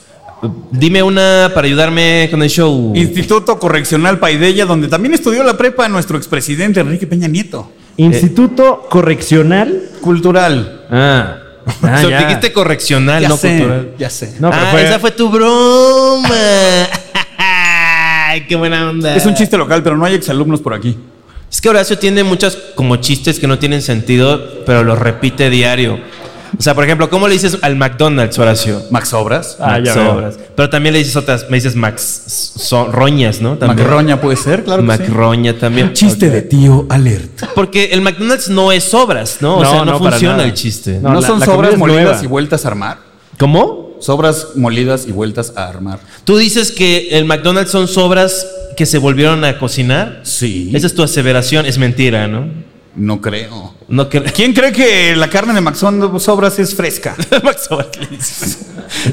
Dime una para ayudarme con el show. Instituto Correccional Paideya, donde también estudió la prepa nuestro expresidente Enrique Peña Nieto. Eh. Instituto Correccional. Cultural. Ah. Ah, So, ya. dijiste correccional, ya no sé, cultural. ya sé. No, pero ah, fue- esa fue tu broma. Ay, qué buena onda. Es un chiste local, pero no hay exalumnos por aquí. Es que Horacio tiene muchas como chistes que no tienen sentido, pero los repite diario. O sea, por ejemplo, ¿cómo le dices al McDonald's, Horacio? Max Obras. Ah, ya veo. Sobras. Pero también le dices otras, me dices Max so- roñas, ¿no? También. Macroña puede ser, claro que sí. Macroña también. Chiste de tío alert. Porque el McDonald's no es sobras, ¿no? O No, sea, no, no, para funciona nada. el chiste. No, No, la- son la comida sobras es molidas nueva. y vueltas a armar. ¿Cómo? Sobras molidas y vueltas a armar. Tú dices que el McDonald's son sobras que se volvieron a cocinar. Sí. Esa es tu aseveración, es mentira, ¿no? No creo. No que ¿Quién cree que la carne de Max Sobras es fresca? Max Sobras le dices.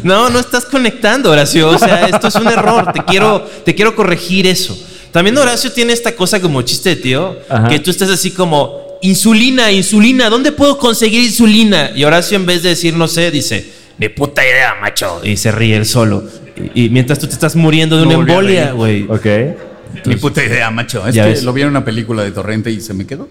No, no estás conectando, Horacio. O sea, esto es un error. Te quiero, te quiero corregir eso. También Horacio tiene esta cosa como chiste de tío, Ajá. que tú estás así como, insulina, insulina, ¿dónde puedo conseguir insulina? Y Horacio en vez de decir, no sé, dice, de puta idea, macho. Y se ríe él solo. Y, y mientras tú te estás muriendo de Me una volví a embolia, reír. güey. Ok. Ni puta idea, macho. Es Ya que ves. lo vi en una película de Torrente y se me quedó.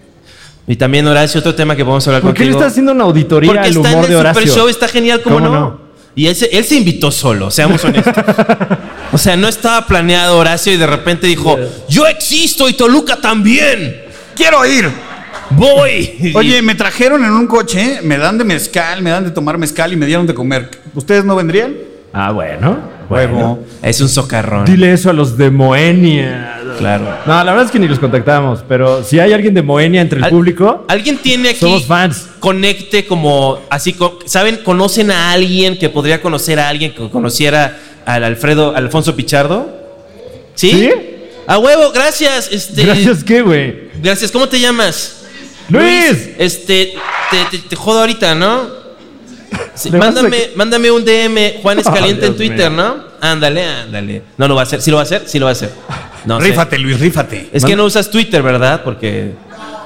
Y también Horacio, otro tema que podemos hablar ¿Por qué le contigo. estás haciendo una auditoría Porque al está humor en el de Horacio? Super Show, está genial, ¿cómo, ¿Cómo no? no? Y él se, él se invitó solo, seamos honestos. o sea, no estaba planeado Horacio y de repente dijo, yo existo y Toluca también. ¡Quiero ir! Voy. Oye, me trajeron en un coche, me dan de mezcal, me dan de tomar mezcal y me dieron de comer. ¿Ustedes no vendrían? Ah, bueno. Huevo. bueno. es un socarrón. Dile eso a los de Moenia. Claro. No, la verdad es que ni los contactamos, pero si hay alguien de Moenia entre el Al- público, Alguien tiene aquí. Somos fans. Conecte como así, co- saben, conocen a alguien que podría conocer a alguien que conociera al Alfredo Alfonso Pichardo. ¿Sí? ¿Sí? A huevo, gracias. Este, gracias que, güey. Gracias. ¿Cómo te llamas? ¡Luis! Este, te, te, te jodo ahorita, ¿no? Sí, Le vas a mándame, mándame un DM, Juan es Oh, caliente en Dios Twitter, mío. ¿no? Ándale, ándale. No lo va a hacer, sí lo va a hacer, sí lo va a hacer. No sé. rífate, Luis, rífate. Es que no usas Twitter, ¿verdad? Porque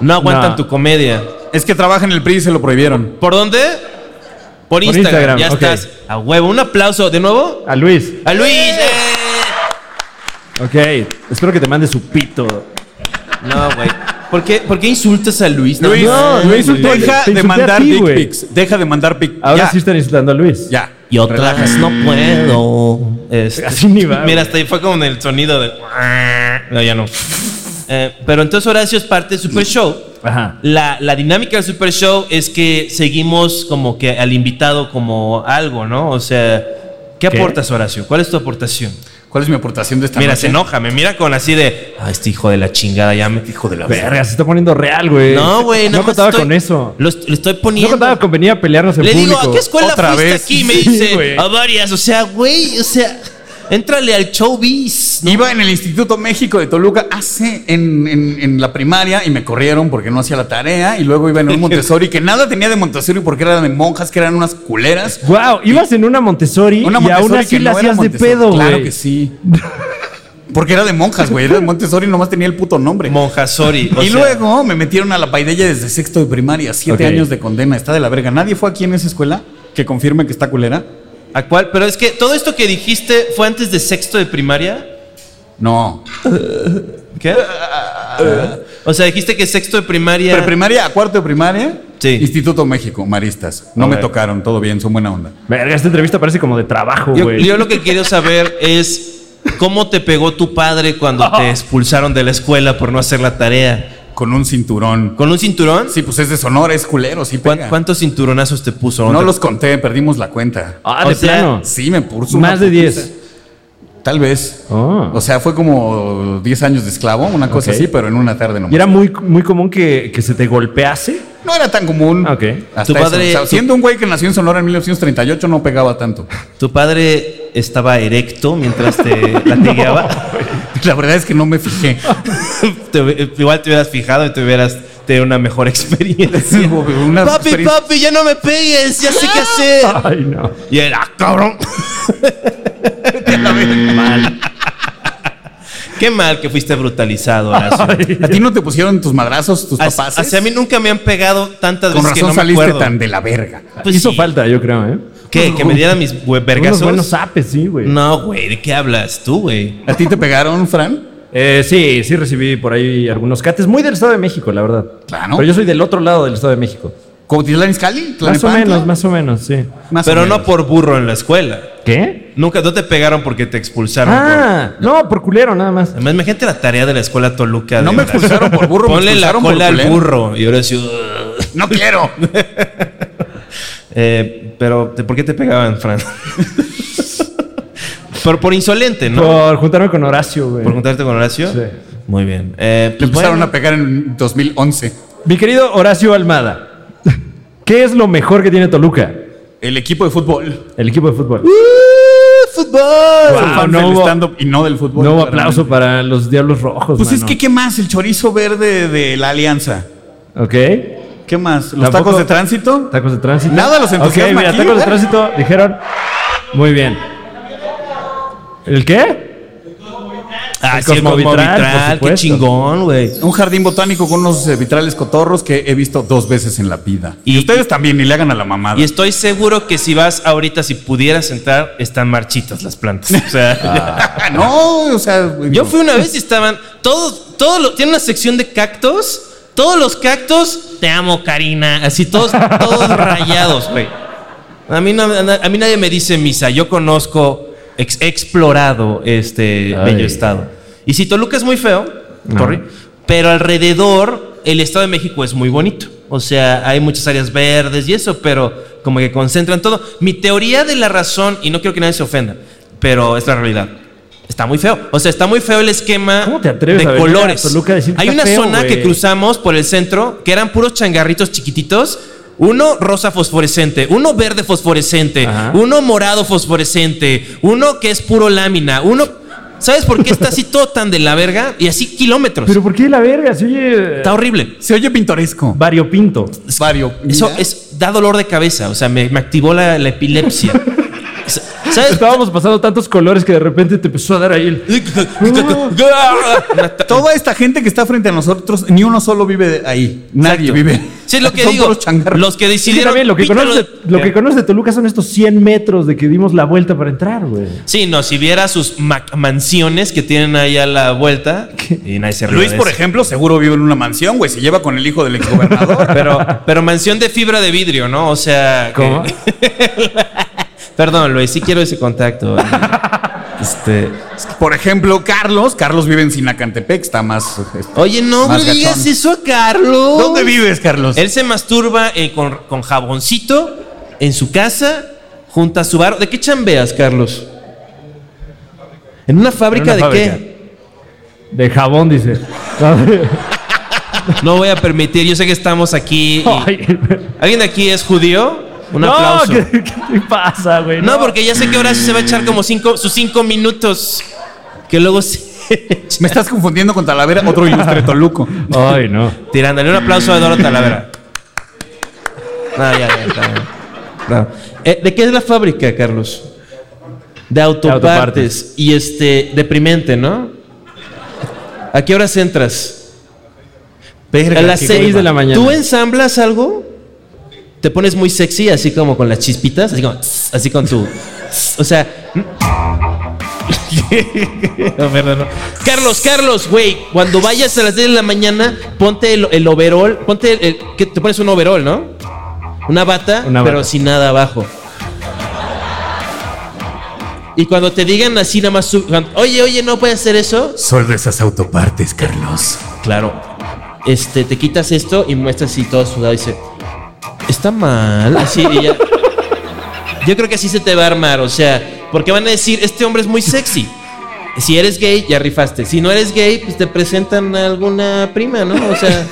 no aguantan No. tu comedia. Es que trabaja en el PRI y se lo prohibieron. ¿Por dónde? Por Instagram, Instagram. ya ok. estás. A huevo, un aplauso de nuevo. A Luis. A Luis. ¡eh! Ok, espero que te mande su pito. No, güey. ¿Por qué, ¿Por qué insultas a Luis? No, no, mames. Luis, deja te insulté de a mandar ti, dick güey. pics. Deja de mandar pics. Ahora ya, sí están insultando a Luis. ya. Y otras no puedo. Este, Así ni va, Mira, hasta ahí fue con el sonido de. No, ya no. Eh, pero entonces Horacio es parte del Super Show. Ajá. La, la dinámica del Super Show es que seguimos como que al invitado como algo, ¿no? O sea, ¿qué aportas, Horacio? ¿Cuál es tu aportación? ¿Cuál es mi aportación de esta mira, noche? se enoja, me mira con así de. Ah, este hijo de la chingada ya me. Pues, Hijo de la Verga, se está poniendo real, güey. No, güey, no. más contaba estoy- con eso. Lo, est- le estoy No poniendo. contaba con venir a pelearnos en Le público. digo, ¿a qué escuela Otra fuiste vez. aquí? Me Sí, dice, güey. a varias. O sea, güey, o sea, éntrale al showbiz. ¿no? Iba en el Instituto México de Toluca hace en, en- en la primaria y me corrieron porque no hacía la tarea. Y luego iba en un Montessori que nada tenía de Montessori porque era de monjas que eran unas culeras. Wow, ibas en una Montessori Una y aún Montessori así que la no era hacías de Montessori. pedo, güey. Claro que sí. Porque era de monjas, güey. Era de Montessori, nomás tenía el puto nombre. Monja Sori. y luego me metieron a la paideya desde sexto de primaria. Siete Ok. años de condena. Está de la verga. Nadie fue aquí en esa escuela que confirme que está culera. ¿A cuál? Pero es que todo esto que dijiste fue antes de sexto de primaria. No. ¿Qué? Eh, o sea, dijiste que sexto de primaria. Preprimaria a cuarto de primaria. Sí. Instituto México, maristas. No me Ok. tocaron, todo bien, son buena onda. Verga, esta entrevista parece como de trabajo, yo, güey. yo lo que quiero saber es cómo te pegó tu padre cuando te expulsaron de la escuela por no hacer la tarea. Con un cinturón. ¿Con un cinturón? Sí, pues es de Sonora, es culero, sí ¿Cuán- pega. ¿Cuántos cinturonazos te puso? No te- los conté, perdimos la cuenta. Ah, o de sea, plano. Sí, me puso una Más de putiza. 10. Tal vez. Ah. O sea, fue como 10 años de esclavo, una cosa Ok. así, pero en una tarde nomás. Y era muy, muy común que, que se te golpease. No era tan común. Mm. Ah, ok. Hasta Tu eso. padre- O sea, tu- siendo un güey que nació en Sonora en 1938 no pegaba tanto. ¿Tu padre estaba erecto mientras te latigueaba? La verdad es que no me fijé. Te- igual te hubieras fijado y te hubieras tenido una mejor experiencia. Sí, hubo una Ah. papi, experiencia- papi, ya no me pegues, ya sé qué hacer. Ay, no. Y él, ah, cabrón. Qué mal que fuiste brutalizado, Horacio. ¿A ti no te pusieron tus madrazos, tus As- papás? hacia mí nunca me han pegado tantas Con veces que razón no me saliste acuerdo. tan de la verga. Pues Hizo sí. falta, yo creo, ¿eh? ¿Qué? ¿Que me dieran mis hue- Unos vergazos? buenos zapes, sí, güey. No, güey, ¿de qué hablas tú, güey? ¿A ti te pegaron, Fran? Eh, sí, sí recibí por ahí algunos cates. Muy del Estado de México, la verdad. Claro. Pero yo soy del otro lado del Estado de México. ¿Cuautitlán Izcalli? Más o ¿Tlanepantla? menos, más o menos, sí. Más o Pero menos. no por burro en la escuela. ¿Qué? Nunca, no te pegaron porque te expulsaron. por- Ah, no, por culero nada más. Además, imagínate la tarea de la escuela Toluca. No de me Horacio. expulsaron por burro, me Ponle la expulsaron por cola al culero. burro. Y Horacio. No quiero. Eh, pero, ¿de ¿por qué te pegaban, Fran? pero por insolente, ¿no? Por, Por juntarme con Horacio, güey. juntarte con Horacio. Sí. Muy bien. Eh, Le pues empezaron bueno. a pegar en 2011. Mi querido Horacio Almada, ¿qué es lo mejor que tiene Toluca? El equipo de fútbol. El equipo de fútbol. Uh, Soy Wow, fan no del hubo- stand-up y no del fútbol. Nuevo claramente. aplauso para los Diablos Rojos. Pues es mano. que, ¿qué más? El chorizo verde de la alianza. Ok. ¿Qué más? Tampoco- ¿Los tacos de tránsito? Tacos de tránsito. Nada los entusiasma Ok, mira, aquí, tacos de ¿verdad? tránsito dijeron. Muy bien. ¿El qué? Ah, el sí, el Cosmovitral, Cosmovitral, por Qué supuesto. chingón, güey. Un jardín botánico con unos eh, vitrales cotorros que he visto dos veces en la vida. Y, Y- ustedes también, y le hagan a la mamada. Y estoy seguro que si vas ahorita, si pudieras entrar, están marchitas las plantas. O sea, Ah, no, o sea, Yo fui una vez y estaban todos, todos los, tiene una sección de cactos, todos los cactos, te amo Karina, así todos, todos rayados, güey. A mí, no- a mí nadie me dice misa, yo conozco, ex- he explorado este Ay. bello estado. Y si Toluca es muy feo, No. sorry, pero alrededor el Estado de México es muy bonito. O sea, hay muchas áreas verdes y eso, pero como que concentran todo. Mi teoría de la razón, y no quiero que nadie se ofenda, pero es la realidad. Está muy feo. O sea, está muy feo el esquema ¿Cómo te atreves de a venir a colores. Toluca a decir que hay está una feo, zona que güey? cruzamos por el centro que eran puros changarritos chiquititos. Uno rosa fosforescente, uno verde fosforescente, Ajá. uno morado fosforescente, uno que es puro lámina, uno... ¿Sabes por qué está así todo tan de la verga? Y así kilómetros. ¿Pero por qué la verga? Se oye. Está horrible. Se oye pintoresco. Variopinto. Vario. Eso Mira. es, da dolor de cabeza. O sea, me, me activó la, la epilepsia. S- ¿Sabes? Estábamos pasando tantos colores que de repente te empezó a dar ahí el. Toda esta gente que está frente a nosotros, ni uno solo vive de ahí. Nadie vive. Sí, es lo que Son digo. puros changarros. Los que Sí, decidieron. también lo que, pícalo- conoces, de- lo que conoces de Toluca son estos 100 metros de que dimos la vuelta para entrar, güey. Sí, no, si viera sus ma- mansiones que tienen ahí a la vuelta. Y nadie se ríe Luis, de por eso. ejemplo, seguro vive en una mansión, güey. Se lleva con el hijo del exgobernador. Pero, pero mansión de fibra de vidrio, ¿no? O sea. que- ¿Cómo? Perdón, Luis, sí quiero ese contacto. este. Por ejemplo, Carlos. Carlos vive en Sinacantepec, está más. este, Oye, no Más le digas gachón. eso a Carlos. ¿Dónde vives, Carlos? Él se masturba eh, con, con jaboncito en su casa, junto a su bar. ¿De qué chambeas, Carlos? ¿En una fábrica En una de fábrica. qué? De jabón, dice. No voy a permitir, yo sé que estamos aquí. y- Ay. ¿Alguien de aquí es judío? Un no, aplauso. ¿qué, qué pasa, güey? No, porque ya sé que ahora sí se va a echar como cinco, sus cinco minutos. Que luego se echa. Me estás confundiendo con Talavera, otro ilustre Toluco. Ay, no. Tirándole un aplauso a Eduardo Talavera. No, ya, ya, está bien. No. Eh, ¿De qué es la fábrica, Carlos? De autopartes. autopartes. Y este, deprimente, ¿no? ¿A qué horas entras? Verga, a las qué seis hueva. de la mañana. ¿Tú ¿Tú ensamblas algo? ¿Te pones muy sexy, así como con las chispitas? Así como, tss, así con tu... tss, o sea... No, perdón, no. Carlos, Carlos, güey, cuando vayas a las 10 de la mañana, ponte el, el overall, ponte el, el- que te pones un overall, ¿no? Una bata, Una pero bata. sin nada abajo. Y cuando te digan así nada más, sub- oye, oye, no puedes hacer eso, Solo esas autopartes, Carlos. Claro. Este, te quitas esto y muestras así todo sudado y dice, está mal. Así, y ya. Yo creo que así se te va a armar, o sea, porque van a decir, este hombre es muy sexy. Si eres gay, ya rifaste. Si no eres gay, pues te presentan a alguna prima, ¿no? O sea,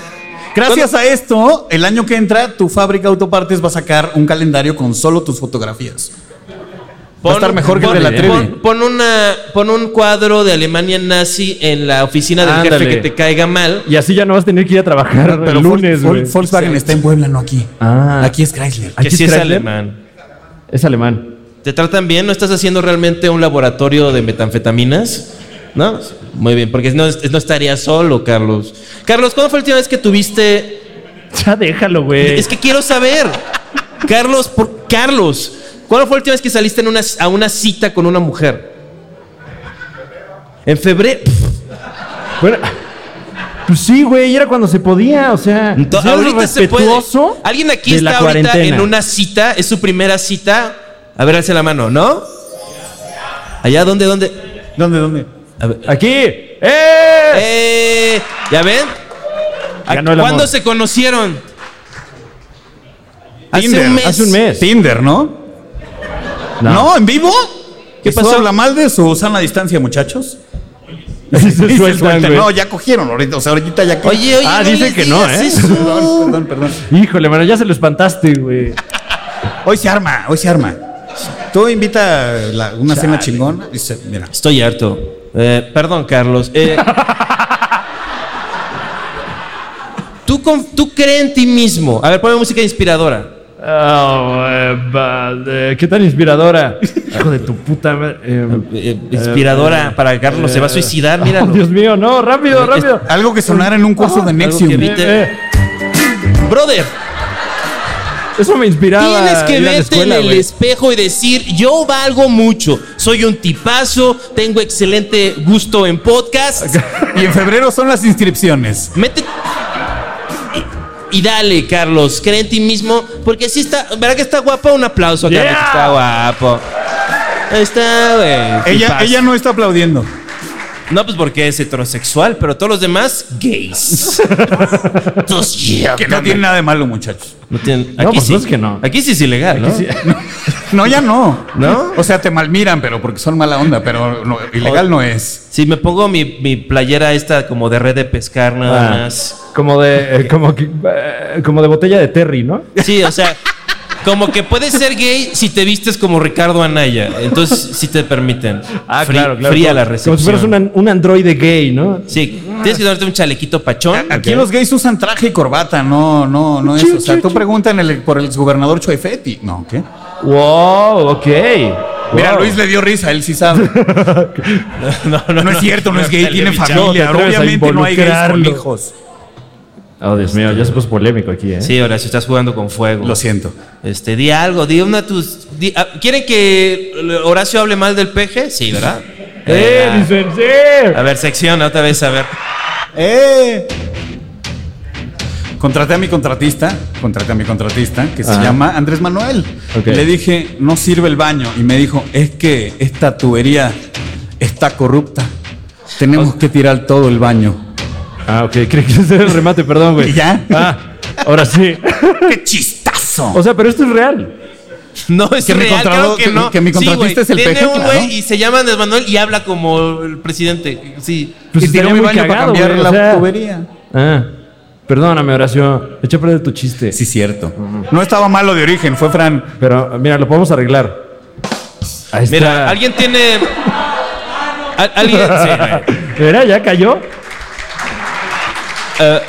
Gracias a esto, el año que entra, tu fábrica autopartes va a sacar un calendario con solo tus fotografías. Va a estar mejor que el de la Trevi. pon- pon una, pon un cuadro de Alemania nazi en la oficina del Ándale. jefe que te caiga mal. Y así ya no vas a tener que ir a trabajar Pero el Vol- lunes, Vol- güey. Volkswagen está en Puebla, no aquí. Ah. Aquí es Chrysler. Que ¿Aquí si es Chrysler? alemán. Es alemán. ¿Te tratan bien? ¿No estás haciendo realmente un laboratorio de metanfetaminas? ¿No? Muy bien, porque no, no estaría solo, Carlos. Carlos, ¿cuándo fue la última vez que tuviste... Ya déjalo, güey. Es que quiero saber. Carlos, por... Carlos, ¿cuándo fue la última vez que saliste en una- a una cita con una mujer? En febrero... Bueno, pues sí, güey, era cuando se podía, o sea, To- ser ahorita se puede. respetuoso Alguien aquí de la está ahorita cuarentena. en una cita, es su primera cita. A ver, alce la mano, ¿no? Allá, ¿dónde, dónde? ¿Dónde, dónde? A ver. Aquí. ¡Eh! ¡Eh! ¿Ya ven? ¿A- Ganó el amor. ¿Cuándo se conocieron? Tinder, Hace un mes. Tinder, ¿no? ¿No? en vivo? ¿Qué pasó? pasó? ¿Habla mal de su sana distancia, muchachos? Sí, se Y se sueltan, suelta. güey. No, ya cogieron ahorita. O sea, ahorita ya Oye, cogieron. oye. Ah, dice les que no, digas ¿eh? eso. Perdón, perdón, perdón. Híjole, mano, ya se lo espantaste, güey. Hoy se arma, hoy se arma. Tú invita la- una cena chingona. y se- mira. Estoy harto. Eh, perdón, Carlos. Eh, ¿tú, con- ¿Tú crees en ti mismo? A ver, ponme música inspiradora. Oh, eh, va, eh, ¿Qué tan inspiradora? Hijo de tu puta madre. em, Eh, inspiradora eh, para Carlos. se va a suicidar, oh, míralo. Dios mío, no, rápido, rápido. Algo que sonara en un curso de Nexium. que vi- Eh, eh, Brother, eso me inspiraba. Tienes que Ah, ir a la verte escuela, en el güey. espejo y decir, yo valgo mucho, soy un tipazo, tengo excelente gusto en podcast. Y en febrero son las inscripciones. Mete... Y, y dale, Carlos, cree en ti mismo, porque sí está, ¿verdad que está guapa? Un aplauso a Yeah. Carlos, está guapo. Ahí Está, güey. Ella, tipazo. ella no está aplaudiendo. No, pues porque es heterosexual, pero todos los demás, gays. Todos, yeah, Que no tiene nada de malo, muchachos. no tienen- No, aquí pues, sí. no es que no. Aquí sí es ilegal, ¿no? No, ya no. ¿No? O sea, te malmiran, pero porque son mala onda, pero no- ilegal no es. Si me pongo mi, mi playera esta como de red de pescar nada Ah, más. como de eh, como, que, eh, como de botella de Terry, ¿no? Sí, o sea, como que puedes ser gay si te vistes como Ricardo Anaya. Entonces, si te permiten. Ah, Frí- Fría como- la Como si fueras recepción. un, an- un androide gay, ¿no? Sí, tienes que ponerte un chalequito pachón. Ah, Aquí los gays usan traje y corbata, no, no, no es. O sea, tú preguntan el- por el exgobernador Choefetti. No, ¿qué? Wow, ok. Mira, Wow. Luis le dio risa, él sí sabe. No, no, No es cierto, no es gay, tiene No, te familia. atreves a Obviamente no hay gays con involucrarlo. hijos. Oh, Dios mío, ya se puso polémico aquí, ¿eh? Sí, ahora si estás jugando con fuego. Lo siento. Este, di algo, di una de tus. di- ah, ¿Quieren que Horacio hable mal del peje? Sí, ¿verdad? ¡Eh, Venga. dicen, sí! Eh. A ver, sección, otra vez, a ver. ¡Eh! Contraté a mi contratista, contraté a mi contratista, que se Ajá. llama Andrés Manuel. Ok. Le dije, no sirve el baño. Y me dijo, es que esta tubería está corrupta. Tenemos que tirar todo el baño. Ah, ok. Creí que ese era el remate, perdón, güey. ¿Y ya? Ah, ahora sí. ¡Qué chistazo! O sea, pero esto es real. No, es Que mi real, contratado- claro que que- no. que mi Sí, güey, contratista es el Tiene peje, un claro. güey y se llama Andrés Manuel y habla como el presidente. Sí. Pues y tiró estaría mi muy baño cagado, para cambiar güey, o la sea. tubería. Ah, perdóname, Horacio. Eché a perder tu chiste. Sí, cierto. No estaba malo de origen, fue Fran. Pero mira, lo podemos arreglar. Ahí está. Mira, alguien tiene. Al- alguien. sí, güey. Mira, ya cayó. Eh,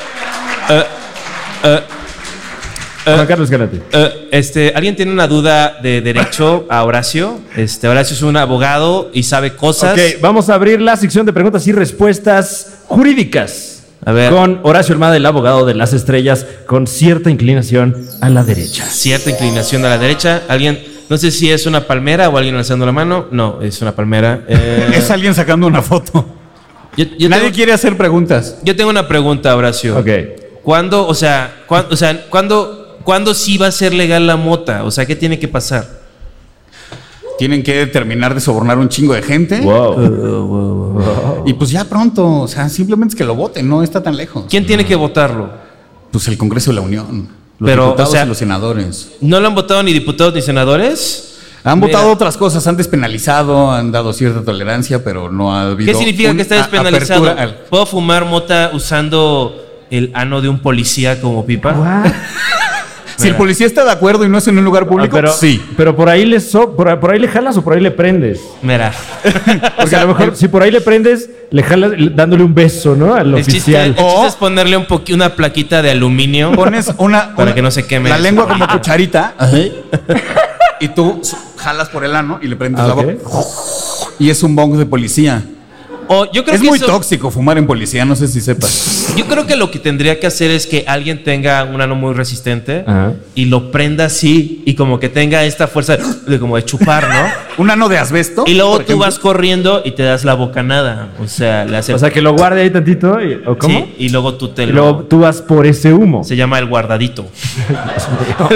Juan Carlos Escalante. Eh, este, ¿alguien tiene una duda de derecho a Horacio? Este, Horacio es un abogado y sabe cosas. Ok, vamos a abrir la sección de preguntas y respuestas jurídicas. A Eh. ver. Con Horacio Almada, el abogado de las estrellas, con cierta inclinación a la derecha. Cierta inclinación a la derecha. Alguien, no sé si es una palmera o alguien alzando la mano. No, es una palmera. Eh, Es alguien sacando una foto. yo, yo Nadie tengo, quiere hacer preguntas. yo tengo una pregunta, Horacio. Ok. ¿Cuándo, o sea, cuán- o sea, cuándo, cuándo sí va a ser legal la mota? O sea, ¿qué tiene que pasar? Tienen que terminar de sobornar un chingo de gente. Wow. Y pues ya pronto, o sea, simplemente es que lo voten, no está tan lejos. ¿Quién tiene que votarlo? Pues el Congreso de la Unión, los Pero, diputados o sea- y los senadores. ¿No lo han votado ni diputados ni senadores? Han Mira. votado otras cosas, han despenalizado, han dado cierta tolerancia, pero no ha habido. ¿Qué significa un- que está a- despenalizado? apertura al- ¿Puedo fumar mota usando el ano de un policía como pipa? Si el policía está de acuerdo y no es en un lugar público, Ah, pero, sí. Pero por ahí, le so- por, por ahí le jalas o por ahí le prendes. Mira, Porque a lo mejor, si por ahí le prendes, le jalas le- dándole un beso, ¿no? Al el chiste, oh, el oficial. chiste O- es ponerle un poqui- una plaquita de aluminio. Pones una. Para una- que no se queme La eso. lengua como cucharita. y tú so- jalas por el ano y le prendes Ah, la ok. boca. Y es un bong de policía. O yo creo Es que muy eso- tóxico fumar en policía, no sé si sepas. Yo creo que lo que tendría que hacer es que alguien tenga un ano muy resistente Ajá. y lo prenda así y como que tenga esta fuerza de como de chupar, ¿no? Un ano de asbesto. Y luego por tú ejemplo. vas corriendo y te das la bocanada. O sea, le haces. O sea, que lo guarde ahí tantito. y- ¿O cómo? Sí, y luego tú te Y lo. luego tú vas por ese humo. Se llama el guardadito.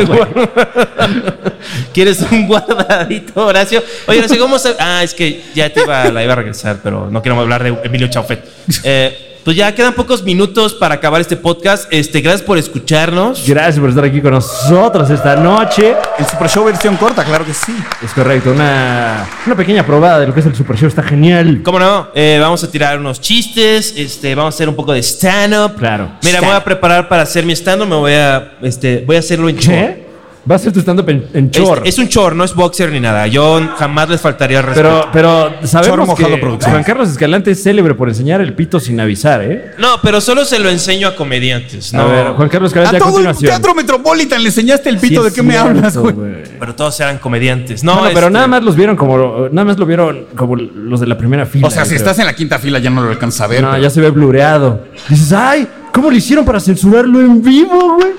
¿Quieres un guardadito, Horacio? Oye, Horacio, ¿cómo se...? Ah, es que ya te iba, la iba a regresar, pero no queremos hablar de Emilio Chaufet. Eh, pues ya quedan pocos minutos para acabar este podcast. Este, gracias por escucharnos. Gracias por estar aquí con nosotros esta noche. El Super Show versión corta, claro que sí. Es correcto, una, una pequeña probada de lo que es el Super Show está genial. ¿Cómo no? Eh, vamos a tirar unos chistes, este, vamos a hacer un poco de stand-up. Claro. Mira, me voy a preparar para hacer mi stand-up, me voy a, este, voy a hacerlo en ¿Qué? ¿Eh? Va a ser tu stand-up en, en Es, chor. es un chor, no es boxer ni nada. Yo jamás les faltaría el respeto. pero, pero Chor sabemos mojado que producciones. Juan Carlos Escalante es célebre por enseñar el pito sin avisar, ¿eh? No, pero solo se lo enseño a comediantes. A No, ver, Juan Carlos Escalante, a, A todo el continuación. teatro Metropolitan le enseñaste el Sí pito, ¿de es qué me cierto, hablas, güey? pero todos eran comediantes. No, Bueno, pero este, nada más los vieron como nada más lo vieron como los de la primera fila. O sea, si yo estás en la quinta fila ya no lo alcanzas a ver. creo. No, pero- ya se ve blureado. Dices, "Ay, ¿cómo lo hicieron para censurarlo en vivo, güey?"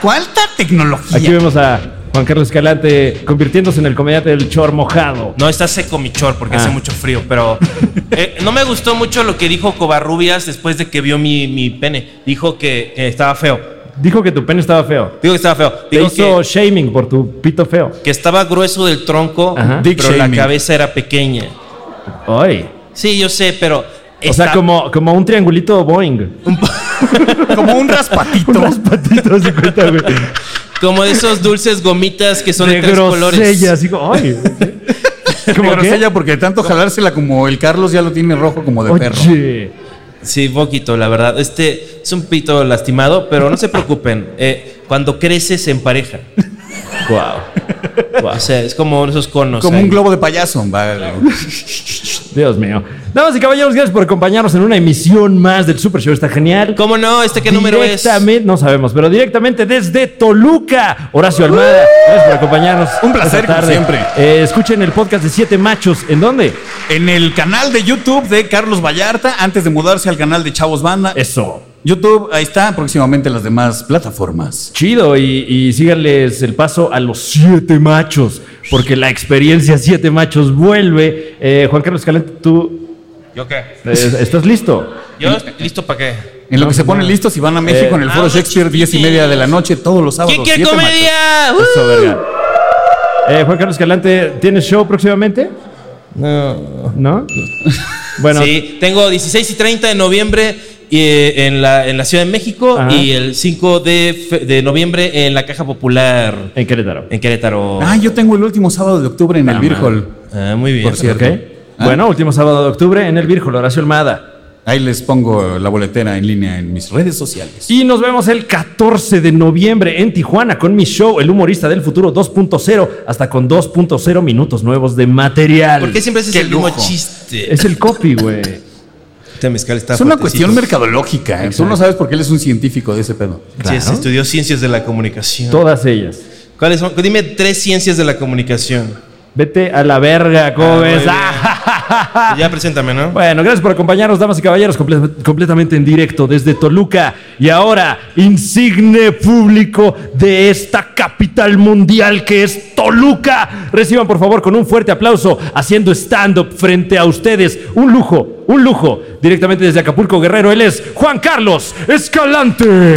¿Cuánta tecnología? Aquí vemos a Juan Carlos Escalante convirtiéndose en el comediante del chor mojado. No, está seco mi chor porque Ah. hace mucho frío, pero eh, no me gustó mucho lo que dijo Covarrubias después de que vio mi, mi pene. Dijo que, que estaba feo. Dijo que tu pene estaba feo. Dijo que estaba feo. Te Dijo hizo que, shaming por tu pito feo. que estaba grueso del tronco, Ajá. Dick pero la shaming. cabeza era pequeña. Ay. Sí, yo sé, pero O sea, está- como, como un triangulito Boeing. Como un raspatito. Unas patitas de cuenta, güey. como de esos dulces gomitas que son de, de tres grosella, colores. así como, ay. Como ¿Cómo qué? grosella, porque de tanto jalársela como el Carlos ya lo tiene rojo como de perro. Oye. Sí, poquito, la verdad. Este es un pito lastimado, pero no se preocupen. Eh, cuando creces en pareja. Wow. O sea, es como esos conos. Como ahí. un globo de payaso. vale. Dios mío. Damas y caballeros, gracias por acompañarnos en una emisión más del Super Show. Está genial. ¿Cómo no? ¿Este qué número es? Directamente- no sabemos, pero directamente desde Toluca, Horacio Almada. Gracias por acompañarnos. Un placer, esta tarde. como siempre. Eh, escuchen el podcast de Siete Machos. ¿En dónde? En el canal de YouTube de Carlos Vallarta, antes de mudarse al canal de Chavos Banda. Eso. YouTube, ahí está, próximamente en las demás plataformas. Chido, y, y síganles el paso a los siete machos, porque la experiencia siete machos vuelve. Eh, Juan Carlos Calente, tú ¿Yo qué? eh, estás listo. ¿Yo? ¿Listo para qué? En lo que se ponen listos y van a México en el Foro vamos, Shakespeare, 10 y media de la noche, todos los sábados. ¿Quién quiere siete, macho. comedia? Uh. Eso, verga. Eh, Juan Carlos Calante, ¿tienes show próximamente? No. ¿No? Bueno, Sí, tengo 16 y 30 de noviembre eh, en, la, en la Ciudad de México Ajá. y el 5 de, fe- de noviembre en la Caja Popular en Querétaro. en Querétaro. Ah, yo tengo el último sábado de octubre en el Beer Hall. Ah, muy bien. Por cierto. Ok. Ah. Bueno, último sábado de octubre en el Virgo, Horacio Almada. Ahí les pongo la boletera en línea en mis redes sociales. Y nos vemos el 14 de noviembre en Tijuana con mi show, El Humorista del Futuro 2.0, hasta con 2.0 minutos nuevos de material. ¿Por qué siempre haces Qué el mismo lujo. chiste? Es el copy, güey. Este mezcal está Es una fuertecito. cuestión mercadológica. ¿eh? Tú no sabes por qué él es un científico de ese pedo. Sí, sí, estudió ciencias de la comunicación. Todas ellas. ¿Cuáles son? Dime tres ciencias de la comunicación. Vete a la verga, ¿cómo Ah, muy ves? bien. Ah, Ya preséntame, ¿no? Bueno, gracias por acompañarnos, damas y caballeros, comple- completamente en directo desde Toluca. Y ahora, insigne público de esta capital mundial que es Toluca. Reciban, por favor, con un fuerte aplauso, haciendo stand-up frente a ustedes. Un lujo, un lujo. Directamente desde Acapulco, Guerrero, él es Juan Carlos Escalante.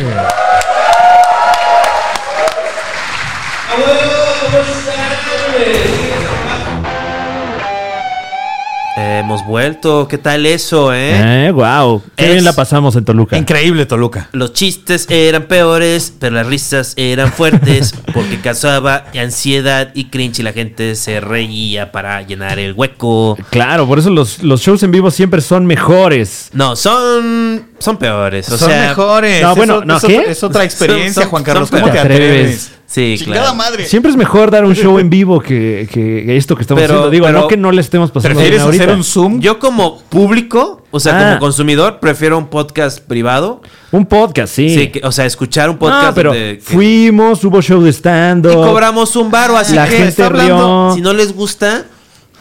Hemos vuelto. ¿Qué tal eso, eh? wow. Qué bien la pasamos en Toluca. Increíble, Toluca. Los chistes eran peores, pero las risas eran fuertes porque causaba ansiedad y cringe y la gente se reía para llenar el hueco. Claro, por eso los, los shows en vivo siempre son mejores. No, son son peores. O Son sea, mejores. no, Es bueno, otra- no, es, otra- ¿qué? es otra experiencia, son- Juan Carlos. son ¿Cómo te peores. Te atreves. atreves? Sí, Chingada claro. madre. Siempre es mejor dar un show en vivo que, que esto que estamos Pero- haciendo. Digo, pero- no que no le estemos pasando bien ¿Prefieres ahorita. hacer un Zoom? Yo como público, o sea, Ah. como consumidor, prefiero un podcast privado. Un podcast, sí. Sí, que- o sea, escuchar un podcast no, pero donde- que- fuimos, hubo show de stand-up. y cobramos un baro, así La que gente está hablando. rió. Si no les gusta,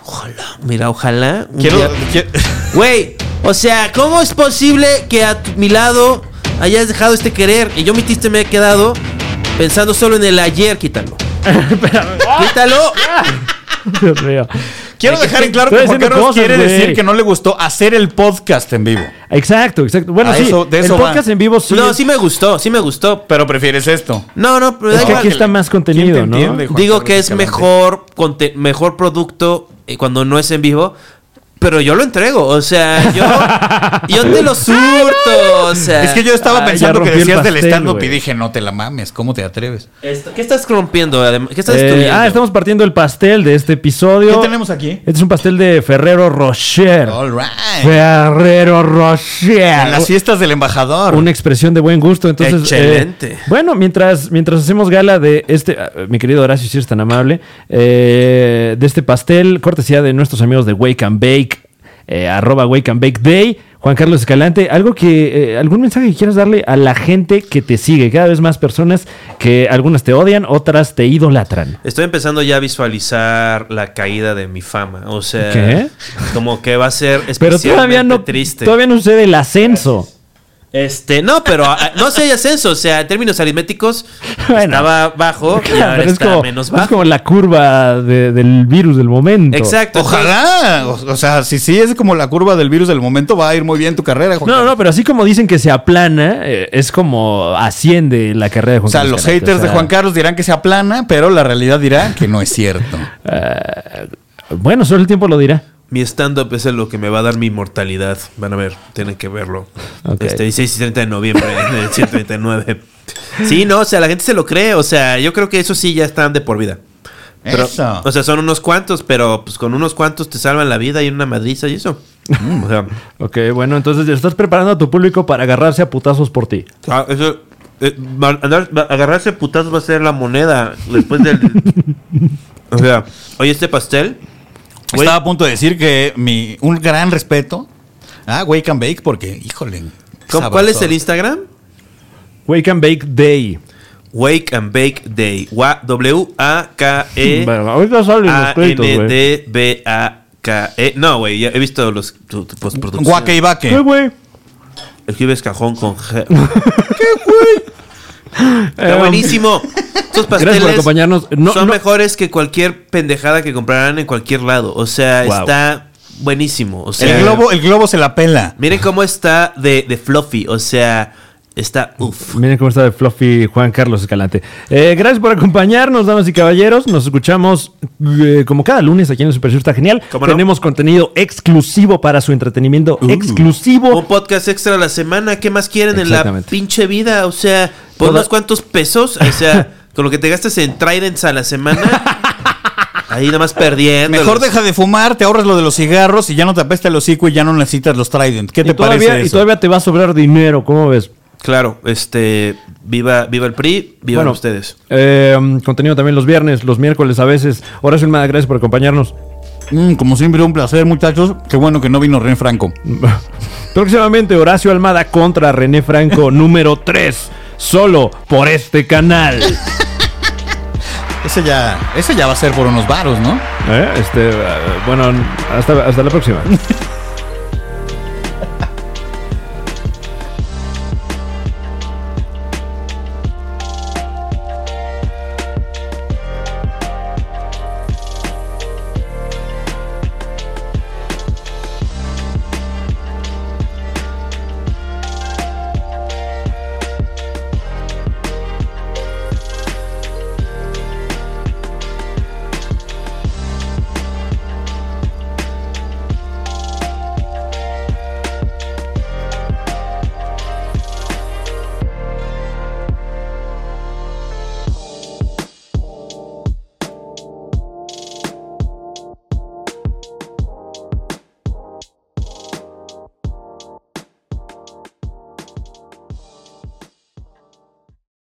ojalá, mira, ojalá. un Quiero- día- quiero- Güey, o sea, ¿cómo es posible que a tu- mi lado hayas dejado este querer y yo mi triste me he quedado pensando solo en el ayer? Quítalo. Quítalo. Dios mío. Quiero dejar en claro que Estoy Juan haciendo Carlos cosas, quiere güey. decir que no le gustó hacer el podcast en vivo. Exacto, exacto. Bueno, A sí, eso- de eso el va. podcast en vivo sí. No, es- sí me gustó, sí me gustó. Pero prefieres esto. No, no, pero da es que igual. aquí está más contenido, ¿Quién te ¿no? entiende? Juan Digo Carlos que es Escalante. mejor, conte- mejor producto eh, cuando no es en vivo. Pero yo lo entrego, o sea, yo, yo te lo surto, o sea. Es que yo estaba Ah, ya pensando que rompí el decías del pastel, stand-up güey. y dije, no te la mames, ¿cómo te atreves? Esto- ¿Qué estás rompiendo? adem- ¿Qué estás Eh, destruyendo? ah, estamos partiendo el pastel de este episodio. ¿Qué tenemos aquí? Este es un pastel de Ferrero Rocher. Oh, All right. Ferrero Rocher. En las fiestas del embajador. Una expresión de buen gusto, entonces. Excelente. eh, bueno, mientras, mientras hacemos gala de este, ah, mi querido Horacio, si eres tan amable, eh, de este pastel, cortesía de nuestros amigos de Wake and Bake, eh, arroba Wake and Bake Day. Juan Carlos Escalante, algo que, eh, algún mensaje que quieras darle a la gente que te sigue, cada vez más personas que algunas te odian, otras te idolatran. Estoy empezando ya a visualizar la caída de mi fama. O sea, ¿Qué? como que va a ser especialmente Pero todavía no, triste. todavía no sucede el ascenso. Este, no, pero ah, no sé hay ascenso. O sea, en términos aritméticos, Bueno. estaba bajo y Claro, ahora pero es, está como, menos es bajo. como la curva de- del virus del momento. Exacto. Ojalá. O, o sea, si sí es como la curva del virus del momento, va a ir muy bien tu carrera, Juan No, Carlos. no, pero así como dicen que se aplana, eh, es como asciende Pues la carrera de Juan O sea, Carlos los Escalante, haters o de sea, Juan Carlos dirán que se aplana, pero la realidad dirá que no es cierto. eh, Bueno, solo el tiempo lo dirá. Mi stand-up es lo que me va a dar mi inmortalidad. Van a ver, tienen que verlo. Ok. Este 16 y 30 de noviembre del 139. Sí, no, o sea, la gente se lo cree. O sea, yo creo que eso sí ya están de por vida. Pero, Eso. O sea, son unos cuantos, pero pues con unos cuantos te salvan la vida y una madriza y eso. Mm, o sea, Ok, bueno, entonces estás preparando a tu público para agarrarse a putazos por ti. ah, eso, eh, ma- andar- ma- agarrarse putazos va a ser la moneda después del. o sea, oye, este pastel. güey, Estaba a punto de decir que mi, un gran respeto a Wake and Bake porque, híjole. ¿con- ¿Cuál es el Instagram? Wake and Bake Day. Wake and Bake Day. Wa- W-A-K-E. Bueno, ahorita salen ah, los créditos, güey. A-N-D-B-A-K-E. E. No, güey, ya he visto los tu, tu postproducción. Guaque y ¿Qué, Baque. güey? Escribes cajón con G. Eh, Está buenísimo. Estos pasteles Gracias por acompañarnos. No, son no- mejores que cualquier pendejada que comprarán en cualquier lado. O sea, Wow. está buenísimo. O sea, El globo, el globo se la pela. Miren cómo está de, de fluffy. O sea, está uff. Miren cómo está de fluffy Juan Carlos Escalante. Eh, gracias por acompañarnos, damas y caballeros. Nos escuchamos eh, como cada lunes aquí en el Super Show. Está genial. ¿Cómo no? Tenemos contenido exclusivo para su entretenimiento Uh. Un exclusivo. podcast extra a la semana. ¿Qué más quieren en la Exactamente. pinche vida? O sea, por Toda- unos cuantos pesos. O sea, con lo que te gastas en Tridents a la semana. ahí nada más perdiendo. Mejor deja de fumar, te ahorras lo de los cigarros y ya no te apesta el hocico y ya no necesitas los Trident. ¿Qué te y, todavía, parece y eso? todavía te va a sobrar dinero. ¿Cómo ves? Claro, este. Viva, viva el PRI, viva Bueno, ustedes. eh, contenido también los viernes, los miércoles a veces. Horacio Almada, gracias por acompañarnos. Mm, como siempre, un placer, muchachos. Qué bueno que no vino Ren Franco. Próximamente Horacio Almada contra René Franco número 3. Solo por este canal. Ese ya, ese ya va a ser por unos varos, ¿no? Eh, Este, eh, bueno, hasta, hasta la próxima.